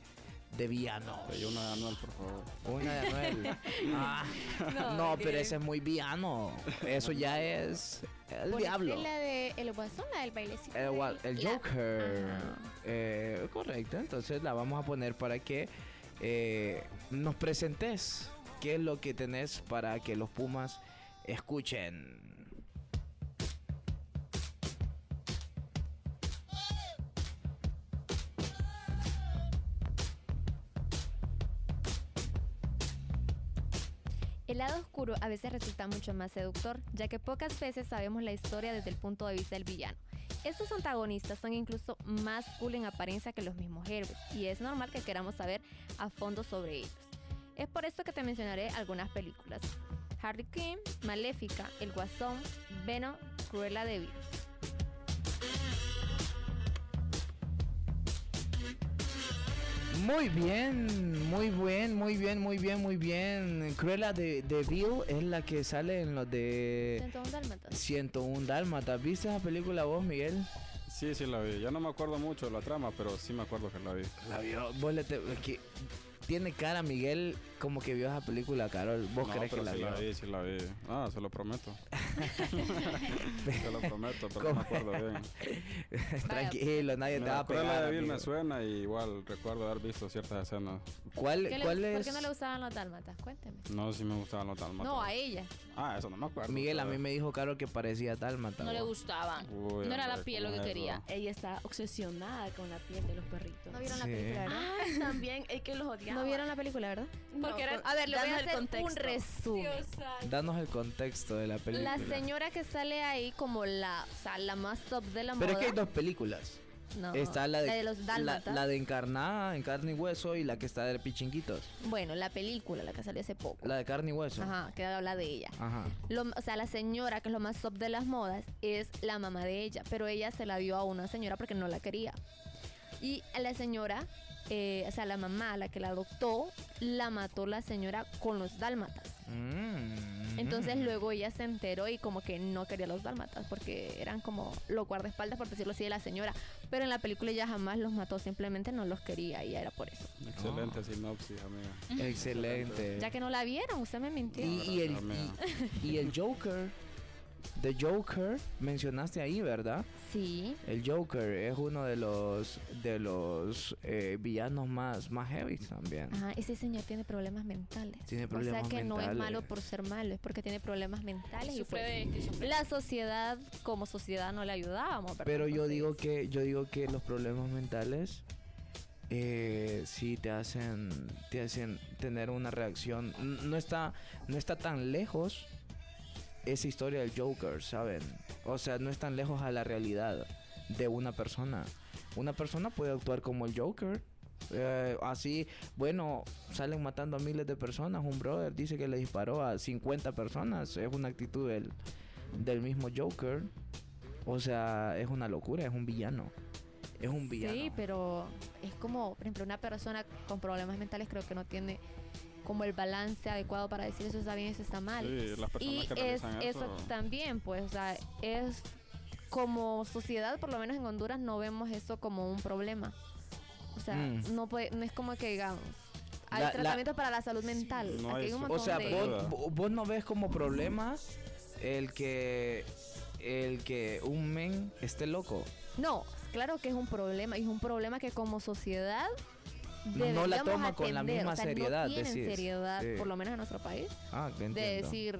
Speaker 7: de villanos?
Speaker 8: Pedí una de Anuel, por favor.
Speaker 7: Una de Anuel. Ah,
Speaker 11: No,
Speaker 7: no, pero
Speaker 11: que-
Speaker 7: ese es muy villano. Eso ya es el
Speaker 11: Ponete
Speaker 7: diablo.
Speaker 11: La de el guasón, la del bailecito.
Speaker 7: El, wa-
Speaker 11: del-
Speaker 7: el
Speaker 11: la-
Speaker 7: Joker. Eh, correcto, entonces la vamos a poner para que eh, nos presentes qué es lo que tenés para que los Pumas Escuchen.
Speaker 11: El lado oscuro a veces resulta mucho más seductor, ya que pocas veces sabemos la historia desde el punto de vista del villano. Estos antagonistas son incluso más cool en apariencia que los mismos héroes, y es normal que queramos saber a fondo sobre ellos. Es por esto que te mencionaré algunas películas. Harley Quinn, Maléfica, El Guasón, Venom, Cruella de Vil.
Speaker 7: Muy bien, muy bien, muy bien, muy bien, muy bien. Cruella de, de Vil es la que sale en los de
Speaker 11: 101 Dálmatas.
Speaker 7: 101 Dálmatas. ¿Viste esa película vos, Miguel?
Speaker 8: Sí, sí la vi. Ya no me acuerdo mucho de la trama, pero sí me acuerdo que la vi.
Speaker 7: La vio. Vos le te- es que tiene cara Miguel como que vio esa película, Carol. ¿Vos
Speaker 8: No,
Speaker 7: crees que
Speaker 8: pero
Speaker 7: la
Speaker 8: sí
Speaker 7: vio?
Speaker 8: la vi, sí la vi. Ah, se lo prometo. se lo prometo, pero no me acuerdo bien.
Speaker 7: Tranquilo, nadie te va a
Speaker 8: La
Speaker 7: pegar.
Speaker 8: de Bill
Speaker 7: amigo.
Speaker 8: me suena y igual recuerdo haber visto ciertas escenas.
Speaker 7: ¿Cuál,
Speaker 11: ¿Qué le-
Speaker 7: cuál
Speaker 11: ¿Por
Speaker 7: es?
Speaker 11: qué no le gustaban los dálmatas? Cuénteme.
Speaker 8: No, sí me gustaban los Dalmatas.
Speaker 11: No, a ella.
Speaker 8: Ah, eso no me acuerdo.
Speaker 7: Miguel, a mí me dijo Carol que parecía Dálmata.
Speaker 9: No le
Speaker 7: vos.
Speaker 9: gustaban.
Speaker 7: Uy,
Speaker 9: no era la
Speaker 7: hombre,
Speaker 9: piel lo
Speaker 7: ¿cómo
Speaker 9: que
Speaker 7: es
Speaker 9: quería.
Speaker 7: eso?
Speaker 10: Ella está obsesionada con la piel de los perritos.
Speaker 11: No
Speaker 7: vieron la Sí. película, ¿verdad?
Speaker 11: Ah,
Speaker 10: Ay, también es que los odiaba.
Speaker 11: No vieron la película, ¿verdad?
Speaker 10: No,
Speaker 9: era-
Speaker 10: con-
Speaker 11: A ver, le voy a
Speaker 10: danos el
Speaker 11: hacer un
Speaker 10: contexto.
Speaker 11: resumen.
Speaker 7: Danos el contexto de la película.
Speaker 11: La señora que sale ahí como la, o sea, la más top de la
Speaker 7: Pero es
Speaker 11: moda.
Speaker 7: que hay dos películas.
Speaker 11: No,
Speaker 7: está la de,
Speaker 11: la de los
Speaker 7: la,
Speaker 11: dálmatas.
Speaker 7: la de encarnada, en carne y hueso, y la que está de pichinguitos.
Speaker 11: Bueno, la película, la que salió hace poco.
Speaker 7: La de carne y hueso.
Speaker 11: Ajá, que habla de ella.
Speaker 7: Ajá.
Speaker 11: Lo- o sea, la señora, que es lo más top de las modas, es la mamá de ella, pero ella se la dio a una señora porque no la quería. Y a la señora, eh, o sea, la mamá, la que la adoptó, la mató la señora con los dálmatas.
Speaker 7: Mm,
Speaker 11: Entonces luego ella se enteró y como que no quería los dálmatas porque eran como los guardaespaldas, por decirlo así, de la señora. Pero en la película ella jamás los mató, simplemente no los quería y era por eso.
Speaker 8: Excelente sinopsis, amiga.
Speaker 7: Excelente.
Speaker 11: Ya que no la vieron, usted me mintió.
Speaker 7: Y, y el, y- y el Joker. The Joker, mencionaste ahí, ¿verdad?
Speaker 11: Sí.
Speaker 7: El Joker es uno de los de los eh, villanos más, más heavy también.
Speaker 11: Ajá, ese señor tiene problemas mentales.
Speaker 7: Tiene problemas
Speaker 11: o sea que no es
Speaker 7: mentales.
Speaker 11: malo por ser malo, es porque tiene problemas mentales. Y
Speaker 9: Sufre
Speaker 11: pues,
Speaker 9: de esquizofrenia.
Speaker 11: la sociedad, como sociedad, no le ayudábamos. ¿verdad?
Speaker 7: Pero yo digo que yo digo que los problemas mentales eh, sí te hacen te hacen tener una reacción. N- No está no está tan lejos esa historia del Joker, ¿saben? O sea, no es tan lejos a la realidad de una persona. Una persona puede actuar como el Joker. eh, así, bueno, salen matando a miles de personas. Un brother dice que le disparó a 50 personas. Es una actitud del, del mismo Joker. O sea, es una locura, es un villano. Es un villano.
Speaker 11: Sí, pero es como, por ejemplo, una persona con problemas mentales creo que no tiene como el balance adecuado para decir eso está bien, eso está mal.
Speaker 8: Sí, las personas
Speaker 11: y
Speaker 8: que
Speaker 11: es
Speaker 8: realizan
Speaker 11: eso
Speaker 8: eso-
Speaker 11: también, pues, o sea, es como sociedad, por lo menos en Honduras, no vemos eso como un problema. O sea,
Speaker 7: Mm.
Speaker 11: no, puede, no es como que digamos. Hay
Speaker 7: La- la-
Speaker 11: tratamiento para la salud mental. Aquí hay un
Speaker 7: o
Speaker 11: montón
Speaker 7: sea,
Speaker 11: de-
Speaker 7: vos, vo- vos no ves como problema el que el que un men esté loco.
Speaker 11: No, claro que es un problema y es un problema que como sociedad
Speaker 7: No la
Speaker 11: deberíamos
Speaker 7: toma con la
Speaker 11: atender.
Speaker 7: misma
Speaker 11: O sea,
Speaker 7: seriedad,
Speaker 11: No tienen
Speaker 7: decís.
Speaker 11: seriedad,
Speaker 7: Sí.
Speaker 11: por lo menos en nuestro país,
Speaker 7: Ah, te
Speaker 11: de
Speaker 7: entiendo.
Speaker 11: decir,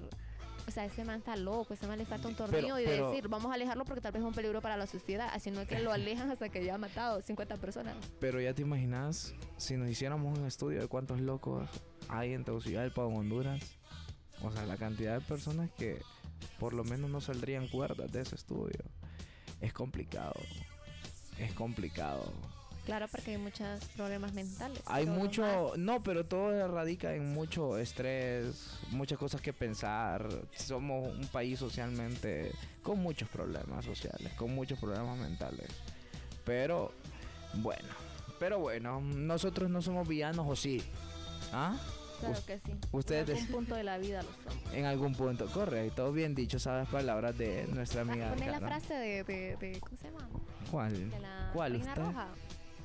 Speaker 11: o sea, ese man está loco, ese man le falta un tornillo y de
Speaker 7: pero-
Speaker 11: decir, vamos a alejarlo porque tal vez es un peligro para la sociedad, así no es que lo alejan hasta que ya ha matado 50 personas.
Speaker 7: Pero ya te imaginas si nos hiciéramos un estudio de cuántos locos hay en Tegucigalpa o en Honduras. O sea, la cantidad de personas que por lo menos no saldrían cuerdas de ese estudio. Es complicado. Es complicado.
Speaker 11: Claro, porque hay muchos problemas mentales.
Speaker 7: Hay
Speaker 11: pero lo
Speaker 7: mucho, no, pero todo radica en mucho estrés, muchas cosas que pensar. Somos un país socialmente con muchos problemas sociales, con muchos problemas mentales. Pero bueno, pero bueno, nosotros no somos villanos o sí. ¿Ah?
Speaker 11: Claro
Speaker 7: Us-
Speaker 11: que sí.
Speaker 7: Ustedes
Speaker 11: En algún
Speaker 7: des-
Speaker 11: punto de la vida lo somos.
Speaker 7: en algún punto, correcto, bien dicho, sabes palabras de nuestra amiga.
Speaker 11: Ah, Poné la
Speaker 7: Caro.
Speaker 11: frase de, de- de- ¿cómo se llama?
Speaker 7: ¿Cuál?
Speaker 11: De la
Speaker 7: ¿Cuál
Speaker 11: Reina
Speaker 7: usted? Ah.
Speaker 11: Roja.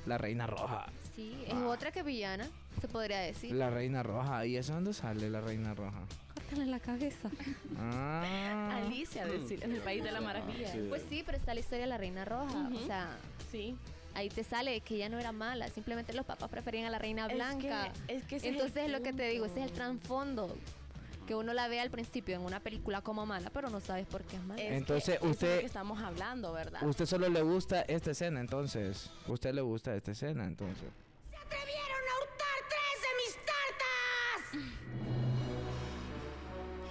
Speaker 7: La reina roja.
Speaker 11: Sí, es otra que villana, se podría decir.
Speaker 7: La reina roja. ¿Y eso dónde sale la reina roja?
Speaker 11: Córtale la cabeza.
Speaker 7: Ah.
Speaker 10: Alicia, decir, en el país de la maravilla.
Speaker 11: Pues sí, pero está la historia de la Reina Roja. O sea,
Speaker 10: sí.
Speaker 11: ahí te sale que ella no era mala, simplemente los papás preferían a la Reina
Speaker 10: Es que-
Speaker 11: Blanca.
Speaker 10: es que ese es el
Speaker 11: Entonces, lo que te digo, ese es el
Speaker 10: punto.
Speaker 11: trasfondo. que uno la ve al principio en una película como mala, pero no sabes por qué es mala.
Speaker 10: Es que
Speaker 7: Entonces,
Speaker 10: eso es
Speaker 7: usted-
Speaker 10: lo que estamos hablando, ¿verdad?
Speaker 7: Usted solo le gusta esta escena, entonces. Usted le gusta esta escena, entonces.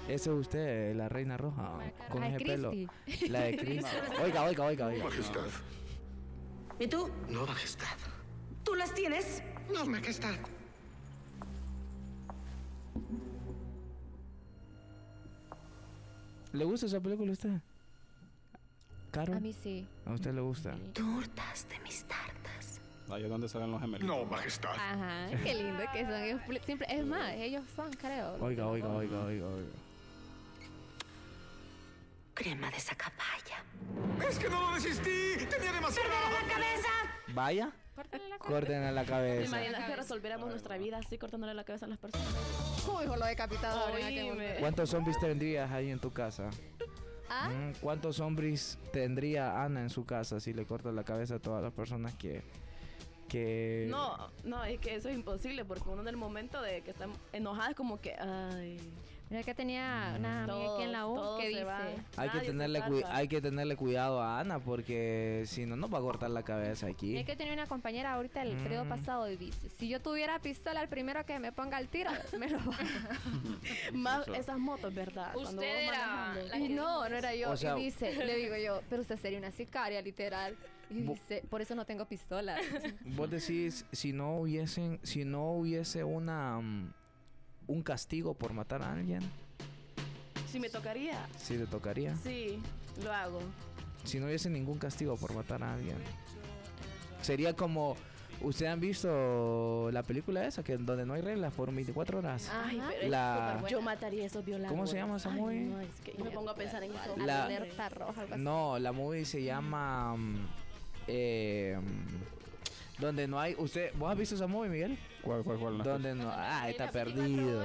Speaker 7: Ese es usted, la reina roja, con
Speaker 11: La de
Speaker 7: ese pelo.
Speaker 11: Christie.
Speaker 7: La de Cristi. Oiga, oiga, oiga, oiga.
Speaker 14: Majestad.
Speaker 15: ¿Y tú?
Speaker 14: No, majestad.
Speaker 15: ¿Tú las tienes? No, majestad.
Speaker 7: ¿Le gusta esa película a usted? ¿Caro?
Speaker 11: A mí sí.
Speaker 7: ¿A usted le gusta?
Speaker 11: Tú hurtaste mis tartas.
Speaker 8: Ahí es donde salen los gemelos. No, majestad.
Speaker 11: Ajá, qué lindo que son. Es, pl- siempre, es más, ellos son, creo.
Speaker 7: Oiga, oiga, oiga, oiga, oiga.
Speaker 15: Crema de sacapaya.
Speaker 14: ¡Es que no lo desistí! ¡Tenía demasiado!
Speaker 15: la cabeza!
Speaker 7: Vaya, córtenle la
Speaker 10: Me
Speaker 7: cabeza.
Speaker 10: imaginas que resolviéramos nuestra vida así cortándole la cabeza a las personas.
Speaker 11: Uy, lo decapitado.
Speaker 10: Oíme.
Speaker 11: ahora que volver.
Speaker 7: ¿Cuántos zombies tendrías ahí en tu casa?
Speaker 11: ¿Ah?
Speaker 7: Mm, ¿Cuántos zombies tendría Ana en su casa si le corta la cabeza a todas las personas que... que...
Speaker 10: No, no, es que eso es imposible porque uno en el momento de que está enojada es como que, ay.
Speaker 11: Mira que tenía una amiga aquí en la U
Speaker 10: Todos, todos
Speaker 11: que
Speaker 10: se
Speaker 11: dice.
Speaker 10: van.
Speaker 7: Hay que,
Speaker 10: Nadie se
Speaker 7: tenerle
Speaker 10: salva.
Speaker 7: cui- hay que tenerle cuidado a Ana porque si no, nos va a cortar la cabeza aquí.
Speaker 11: Mira que tenía una compañera ahorita el periodo
Speaker 7: Mm.
Speaker 11: pasado y dice, si yo tuviera pistola, el primero que me ponga el tiro, me lo va.
Speaker 10: Más esas motos, ¿verdad? Cuando
Speaker 11: Usted
Speaker 10: vos
Speaker 11: era
Speaker 10: manejando.
Speaker 11: Y no, no era yo.
Speaker 7: O sea-
Speaker 11: y dice, le digo yo, pero usted sería una sicaria, literal. Y dice, por eso no tengo pistola.
Speaker 7: Vos decís, si no hubiesen, si no hubiese una mm, un castigo por matar a alguien,
Speaker 10: Si me tocaría,
Speaker 7: sí te tocaría.
Speaker 10: sí, lo hago.
Speaker 7: Si no hubiese ningún castigo por matar a alguien. Sería como ustedes han visto la película esa que donde no hay reglas por 24 horas.
Speaker 10: Ay, pero es
Speaker 7: la
Speaker 10: superbuena. yo mataría a esos violadores.
Speaker 7: ¿Cómo se llama esa
Speaker 10: Ay,
Speaker 7: movie?
Speaker 10: No, es que yo me pongo a pensar en eso.
Speaker 7: La-
Speaker 11: Alerta roja, algo así.
Speaker 7: No, la movie se llama mm, eh, mm, donde no hay usted, ¿vos has visto esa movie, Miguel?
Speaker 8: ¿Cuál, cuál, cuál?
Speaker 7: Donde no, ah, está perdido.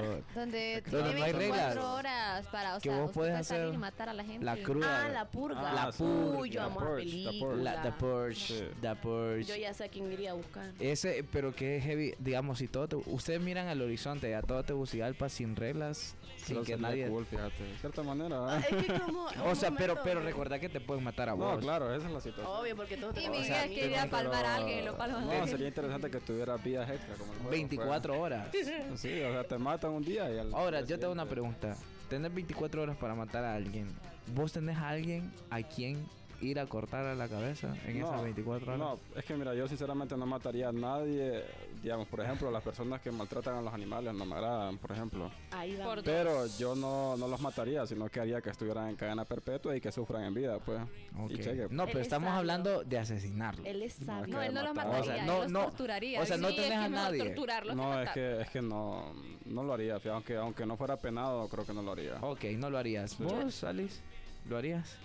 Speaker 7: Donde
Speaker 11: Donde tiene
Speaker 7: no hay
Speaker 11: 24
Speaker 7: reglas.
Speaker 11: horas para, o
Speaker 7: Que
Speaker 11: sea,
Speaker 7: vos
Speaker 11: usted
Speaker 7: puedes
Speaker 11: puede salir
Speaker 7: hacer
Speaker 11: y matar a la gente.
Speaker 7: La cruda.
Speaker 10: Ah, la purga.
Speaker 7: La
Speaker 10: Ah, sí.
Speaker 7: purga.
Speaker 10: Uy, yo amo la película.
Speaker 7: La- The Purge. The Purge.
Speaker 10: Yo ya sé a quién iría a buscar.
Speaker 7: Ese, pero que es heavy, digamos, si todo te- ustedes miran al horizonte, a todo Tegucigalpa sin reglas, sin
Speaker 8: Pero
Speaker 7: que
Speaker 8: sería
Speaker 7: nadie...
Speaker 8: cool, fíjate, de cierta manera. ¿eh?
Speaker 7: o sea, pero, pero recuerda que te pueden matar a vos.
Speaker 8: No, claro, esa es la situación.
Speaker 10: Obvio, porque todos
Speaker 11: Y
Speaker 10: tenemos
Speaker 11: Miguel Oh, quería palmar a alguien y lo palmó.
Speaker 8: No, sería interesante que tuviera vidas extra como el juego,
Speaker 7: 24
Speaker 8: pues.
Speaker 7: horas.
Speaker 8: Sí, o sea, te matan un día y al
Speaker 7: Ahora, yo tengo una pregunta. Tener 24 horas para matar a alguien. ¿Vos tenés a alguien a quien ir a cortar a la cabeza en esas 24 horas?
Speaker 8: No, es que mira, yo sinceramente no mataría a nadie, digamos, por ejemplo, las personas que maltratan a los animales no me agradan, por ejemplo.
Speaker 10: Ahí va.
Speaker 8: Pero yo no, no los mataría, sino que haría que estuvieran en cadena perpetua y que sufran en vida, pues. Y
Speaker 7: Ok.
Speaker 8: cheque.
Speaker 7: No, pero estamos hablando de asesinarlo.
Speaker 10: Él es sabio.
Speaker 8: No, él no los
Speaker 7: mataría, O sea, él no- los no- torturaría. o sea, no Sí, es tenés que a mejor nadie. torturarlos que
Speaker 8: No, es
Speaker 7: matar.
Speaker 8: que, es que no, no lo haría, fíjate, aunque, aunque no fuera penado, creo que no lo haría.
Speaker 7: Ok, no lo harías. ¿Vos, Alice? ¿Lo harías?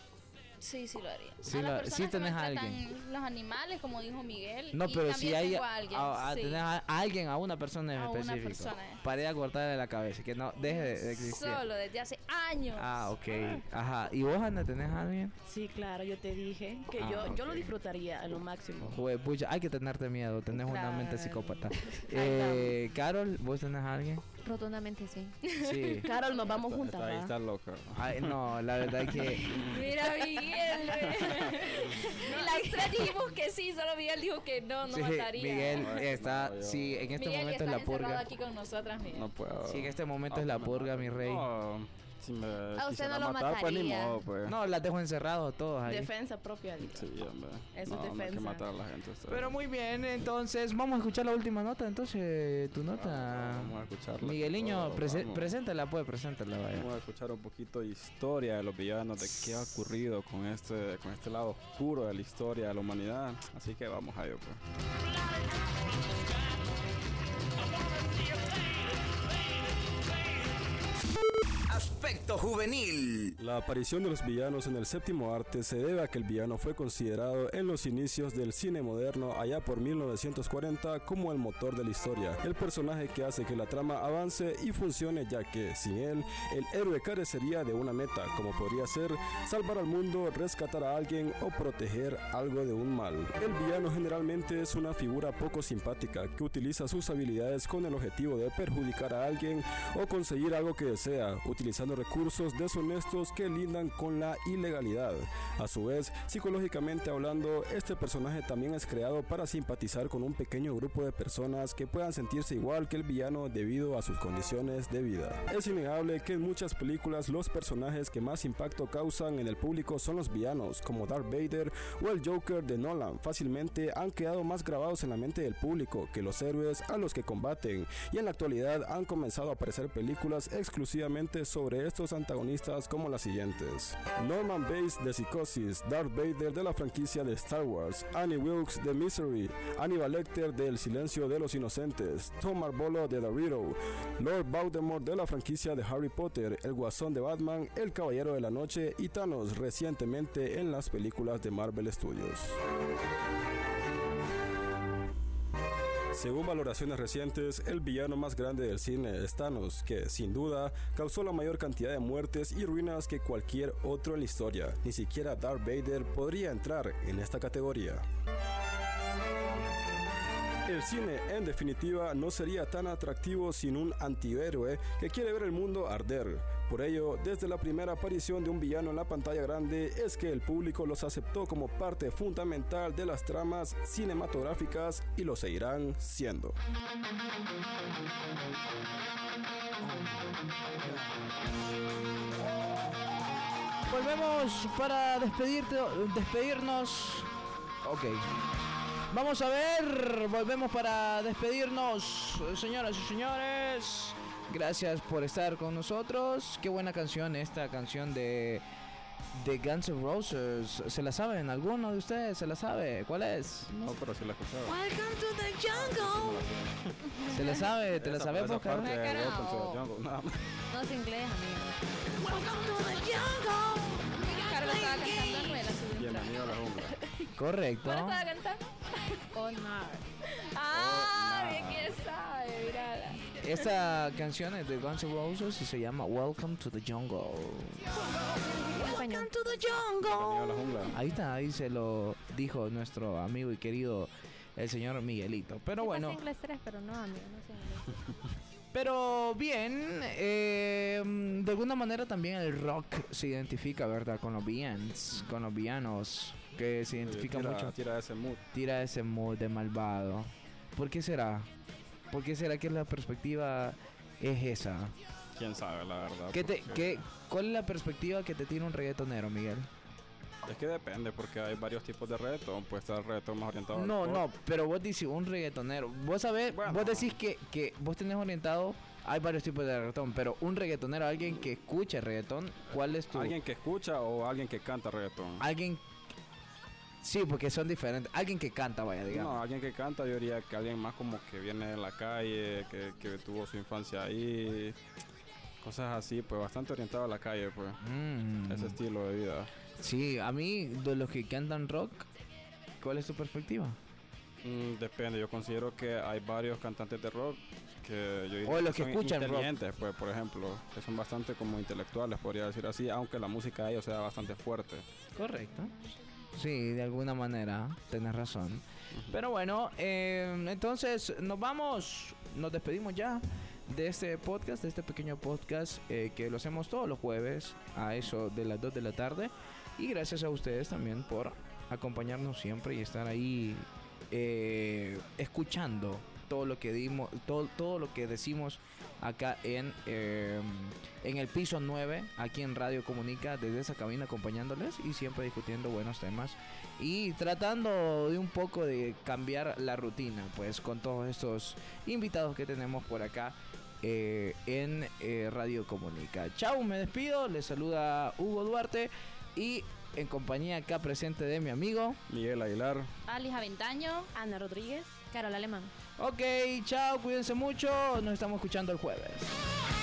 Speaker 9: Sí, sí lo haría.
Speaker 7: Sí
Speaker 9: a las
Speaker 7: lo-
Speaker 9: personas
Speaker 7: sí
Speaker 9: que
Speaker 7: tenés a
Speaker 9: maltratan
Speaker 7: alguien.
Speaker 9: Los animales, como dijo Miguel.
Speaker 7: No,
Speaker 9: y
Speaker 7: pero
Speaker 9: también
Speaker 7: si hay
Speaker 9: tengo a alguien.
Speaker 7: a- a-
Speaker 9: sí.
Speaker 7: tenés a- a alguien, a una persona en
Speaker 9: A una
Speaker 7: específico.
Speaker 9: persona, eh.
Speaker 7: Para ir a cortarle la cabeza, que no deje de, de existir.
Speaker 9: Solo desde hace años.
Speaker 7: Ah, ok. Ajá. ¿Y vos, Ana, tenés a alguien?
Speaker 10: Sí, claro, yo te dije que
Speaker 7: Ah,
Speaker 10: yo, yo
Speaker 7: ok.
Speaker 10: lo disfrutaría a lo máximo.
Speaker 7: Joder, pucha, hay que tenerte miedo, tenés una mente
Speaker 10: Claro.
Speaker 7: psicópata. Eh, Carol, ¿vos tenés a alguien?
Speaker 11: Rotundamente sí.
Speaker 7: Sí.
Speaker 10: Carol, nos vamos juntas. ¿ah?
Speaker 7: ahí
Speaker 10: ¿va?
Speaker 7: está
Speaker 8: loca.
Speaker 7: Ay, no, la verdad que.
Speaker 9: Mira, Miguel. y las tres dijimos que sí, solo Miguel dijo que no, no
Speaker 7: Sí,
Speaker 9: mataría.
Speaker 7: Miguel
Speaker 9: Miguel,
Speaker 7: está. Sí, en este
Speaker 9: y
Speaker 7: momento es
Speaker 9: estás
Speaker 7: la
Speaker 9: encerrado
Speaker 7: purga.
Speaker 9: aquí con nosotras, Miguel.
Speaker 8: No puedo.
Speaker 7: Sí, en este momento es la purga, mi rey.
Speaker 8: No, si me
Speaker 9: usted
Speaker 8: quisiera
Speaker 9: no lo
Speaker 8: matar, pues, ni
Speaker 9: mataría.
Speaker 8: modo, pues.
Speaker 7: No, las dejo encerrados todos ahí.
Speaker 10: Defensa propia. digo.
Speaker 8: Sí, hombre.
Speaker 10: Eso
Speaker 8: no,
Speaker 10: es
Speaker 8: no hay que
Speaker 10: defensa.
Speaker 8: matar a la gente. está
Speaker 7: Pero muy bien, entonces vamos a escuchar la última nota, entonces tu nota.
Speaker 8: Ah, Vamos a escucharla.
Speaker 7: Migueliño,
Speaker 8: Oh,
Speaker 7: prese-
Speaker 8: vamos.
Speaker 7: preséntala, pues, preséntala, vaya.
Speaker 8: Vamos a escuchar un poquito de historia de los villanos, de qué ha ocurrido con este, con este lado oscuro de la historia de la humanidad. Así que vamos a ello. Pues.
Speaker 6: Aspecto juvenil.
Speaker 8: La aparición de los villanos en el séptimo arte se debe a que el villano fue considerado en los inicios del cine moderno allá por 1940 como el motor de la historia, el personaje que hace que la trama avance y funcione ya que sin él el héroe carecería de una meta como podría ser salvar al mundo, rescatar a alguien o proteger algo de un mal. El villano generalmente es una figura poco simpática que utiliza sus habilidades con el objetivo de perjudicar a alguien o conseguir algo que desea, utilizando recursos deshonestos que lindan con la ilegalidad. A su vez, psicológicamente hablando, este personaje también es creado para simpatizar con un pequeño grupo de personas que puedan sentirse igual que el villano debido a sus condiciones de vida. Es innegable que en muchas películas los personajes que más impacto causan en el público son los villanos, como Darth Vader o el Joker de Nolan. Fácilmente han quedado más grabados en la mente del público que los héroes a los que combaten, y en la actualidad han comenzado a aparecer películas exclusivamente sobre estos antagonistas como las siguientes. Norman Bates de Psicosis, Darth Vader de la franquicia de Star Wars, Annie Wilkes de Misery, Hannibal Lecter de El Silencio de los Inocentes, Tom Marvolo de The Riddle, Lord Voldemort de la franquicia de Harry Potter, El Guasón de Batman, El Caballero de la Noche y Thanos recientemente en las películas de Marvel Studios. Según valoraciones recientes, el villano más grande del cine es Thanos, que sin duda causó la mayor cantidad de muertes y ruinas que cualquier otro en la historia. Ni siquiera Darth Vader podría entrar en esta categoría. El cine, en definitiva, no sería tan atractivo sin un antihéroe que quiere ver el mundo arder. Por ello, desde la primera aparición de un villano en la pantalla grande es que el público los aceptó como parte fundamental de las tramas cinematográficas y lo seguirán siendo.
Speaker 7: Volvemos para despedirte, despedirnos. Ok. Vamos a ver, volvemos para despedirnos, señoras y señores. Gracias por estar con nosotros. Qué buena canción esta canción de, de Guns N' Roses. ¿Se la saben? ¿Alguno de ustedes se la sabe? ¿Cuál es?
Speaker 16: No, pero sí la escuchaba.
Speaker 17: Welcome to the jungle.
Speaker 7: ¿Se la sabe? ¿Te la
Speaker 16: Esa-
Speaker 7: sabes,
Speaker 16: esa
Speaker 7: Boca?
Speaker 16: parte de Welcome to the Jungle, nada más.
Speaker 11: No es inglés, amigo.
Speaker 17: Welcome to the jungle.
Speaker 9: Carlos estaba cantando Anuel a su
Speaker 16: Bienvenido a la jungla.
Speaker 7: Correcto.
Speaker 9: ¿Cuál estaba cantando? Oh, no. Ah, bien que sabe, mirala.
Speaker 7: Esta canción es de Guns N' Roses y se llama Welcome to the Jungle.
Speaker 17: Welcome to the jungle.
Speaker 7: Ahí está, ahí se lo dijo nuestro amigo y querido el señor Miguelito. Pero
Speaker 11: Bueno.
Speaker 7: bueno,
Speaker 11: inglés 3, pero no, amigo, no es inglés.
Speaker 7: pero bien, eh, de alguna manera también el rock se identifica, ¿verdad? Con los villains, con los villanos, que se
Speaker 8: Eh,
Speaker 7: identifica
Speaker 16: tira-
Speaker 7: mucho.
Speaker 16: tira ese mood.
Speaker 7: Tira ese mood de malvado. ¿Por qué será? ¿Por qué será que la perspectiva es esa?
Speaker 16: Quién sabe, la verdad.
Speaker 7: ¿Qué te-
Speaker 16: porque-
Speaker 7: qué- ¿Cuál es la perspectiva que te tiene un reggaetonero, Miguel?
Speaker 16: Es que depende, porque hay varios tipos de reggaetón. Puede estar el reggaetón más orientado al
Speaker 7: No,
Speaker 16: pop.
Speaker 7: no, pero vos decís un reggaetonero. Vos sabés, vos decís que, que vos tenés orientado, hay varios tipos de reggaetón, pero un reggaetonero, alguien que escuche reggaetón, ¿cuál es tu...?
Speaker 16: Alguien que escucha o alguien que canta reggaetón.
Speaker 7: Alguien- Sí, porque son diferentes. Alguien que canta, vaya, digamos.
Speaker 16: No, alguien que canta, yo diría que alguien más como que viene de la calle, que, que tuvo su infancia ahí. Cosas así, pues bastante orientado a la calle, pues. Ese estilo de vida.
Speaker 7: Mm. Sí, a mí, de los que cantan rock, ¿cuál es tu perspectiva?
Speaker 16: Mm, depende, yo considero que hay varios cantantes de rock que yo diría
Speaker 7: O los que
Speaker 16: son
Speaker 7: escuchan rock.
Speaker 16: inteligentes, pues, por ejemplo, que son bastante como intelectuales, podría decir así, aunque la música de ellos sea bastante fuerte.
Speaker 7: Correcto. Sí, de alguna manera, tenés razón. Pero bueno, eh, entonces nos vamos, nos despedimos ya de este podcast, de este pequeño podcast eh, que lo hacemos todos los jueves a eso de las 2 de la tarde. Y gracias a ustedes también por acompañarnos siempre y estar ahí eh, escuchando todo lo que dimos, todo, todo lo que decimos acá en, eh, en el piso 9, aquí en Radio Comunica, desde esa cabina acompañándoles y siempre discutiendo buenos temas y tratando de un poco de cambiar la rutina, pues con todos estos invitados que tenemos por acá. eh, en eh, Radio Comunica. Chau, me despido. Les saluda Hugo Duarte y en compañía acá presente de mi amigo
Speaker 16: Miguel Aguilar.
Speaker 9: Alice Aventaño.
Speaker 10: Ana Rodríguez.
Speaker 11: Carol Alemán.
Speaker 7: Ok, chao, cuídense mucho. Nos estamos escuchando el jueves.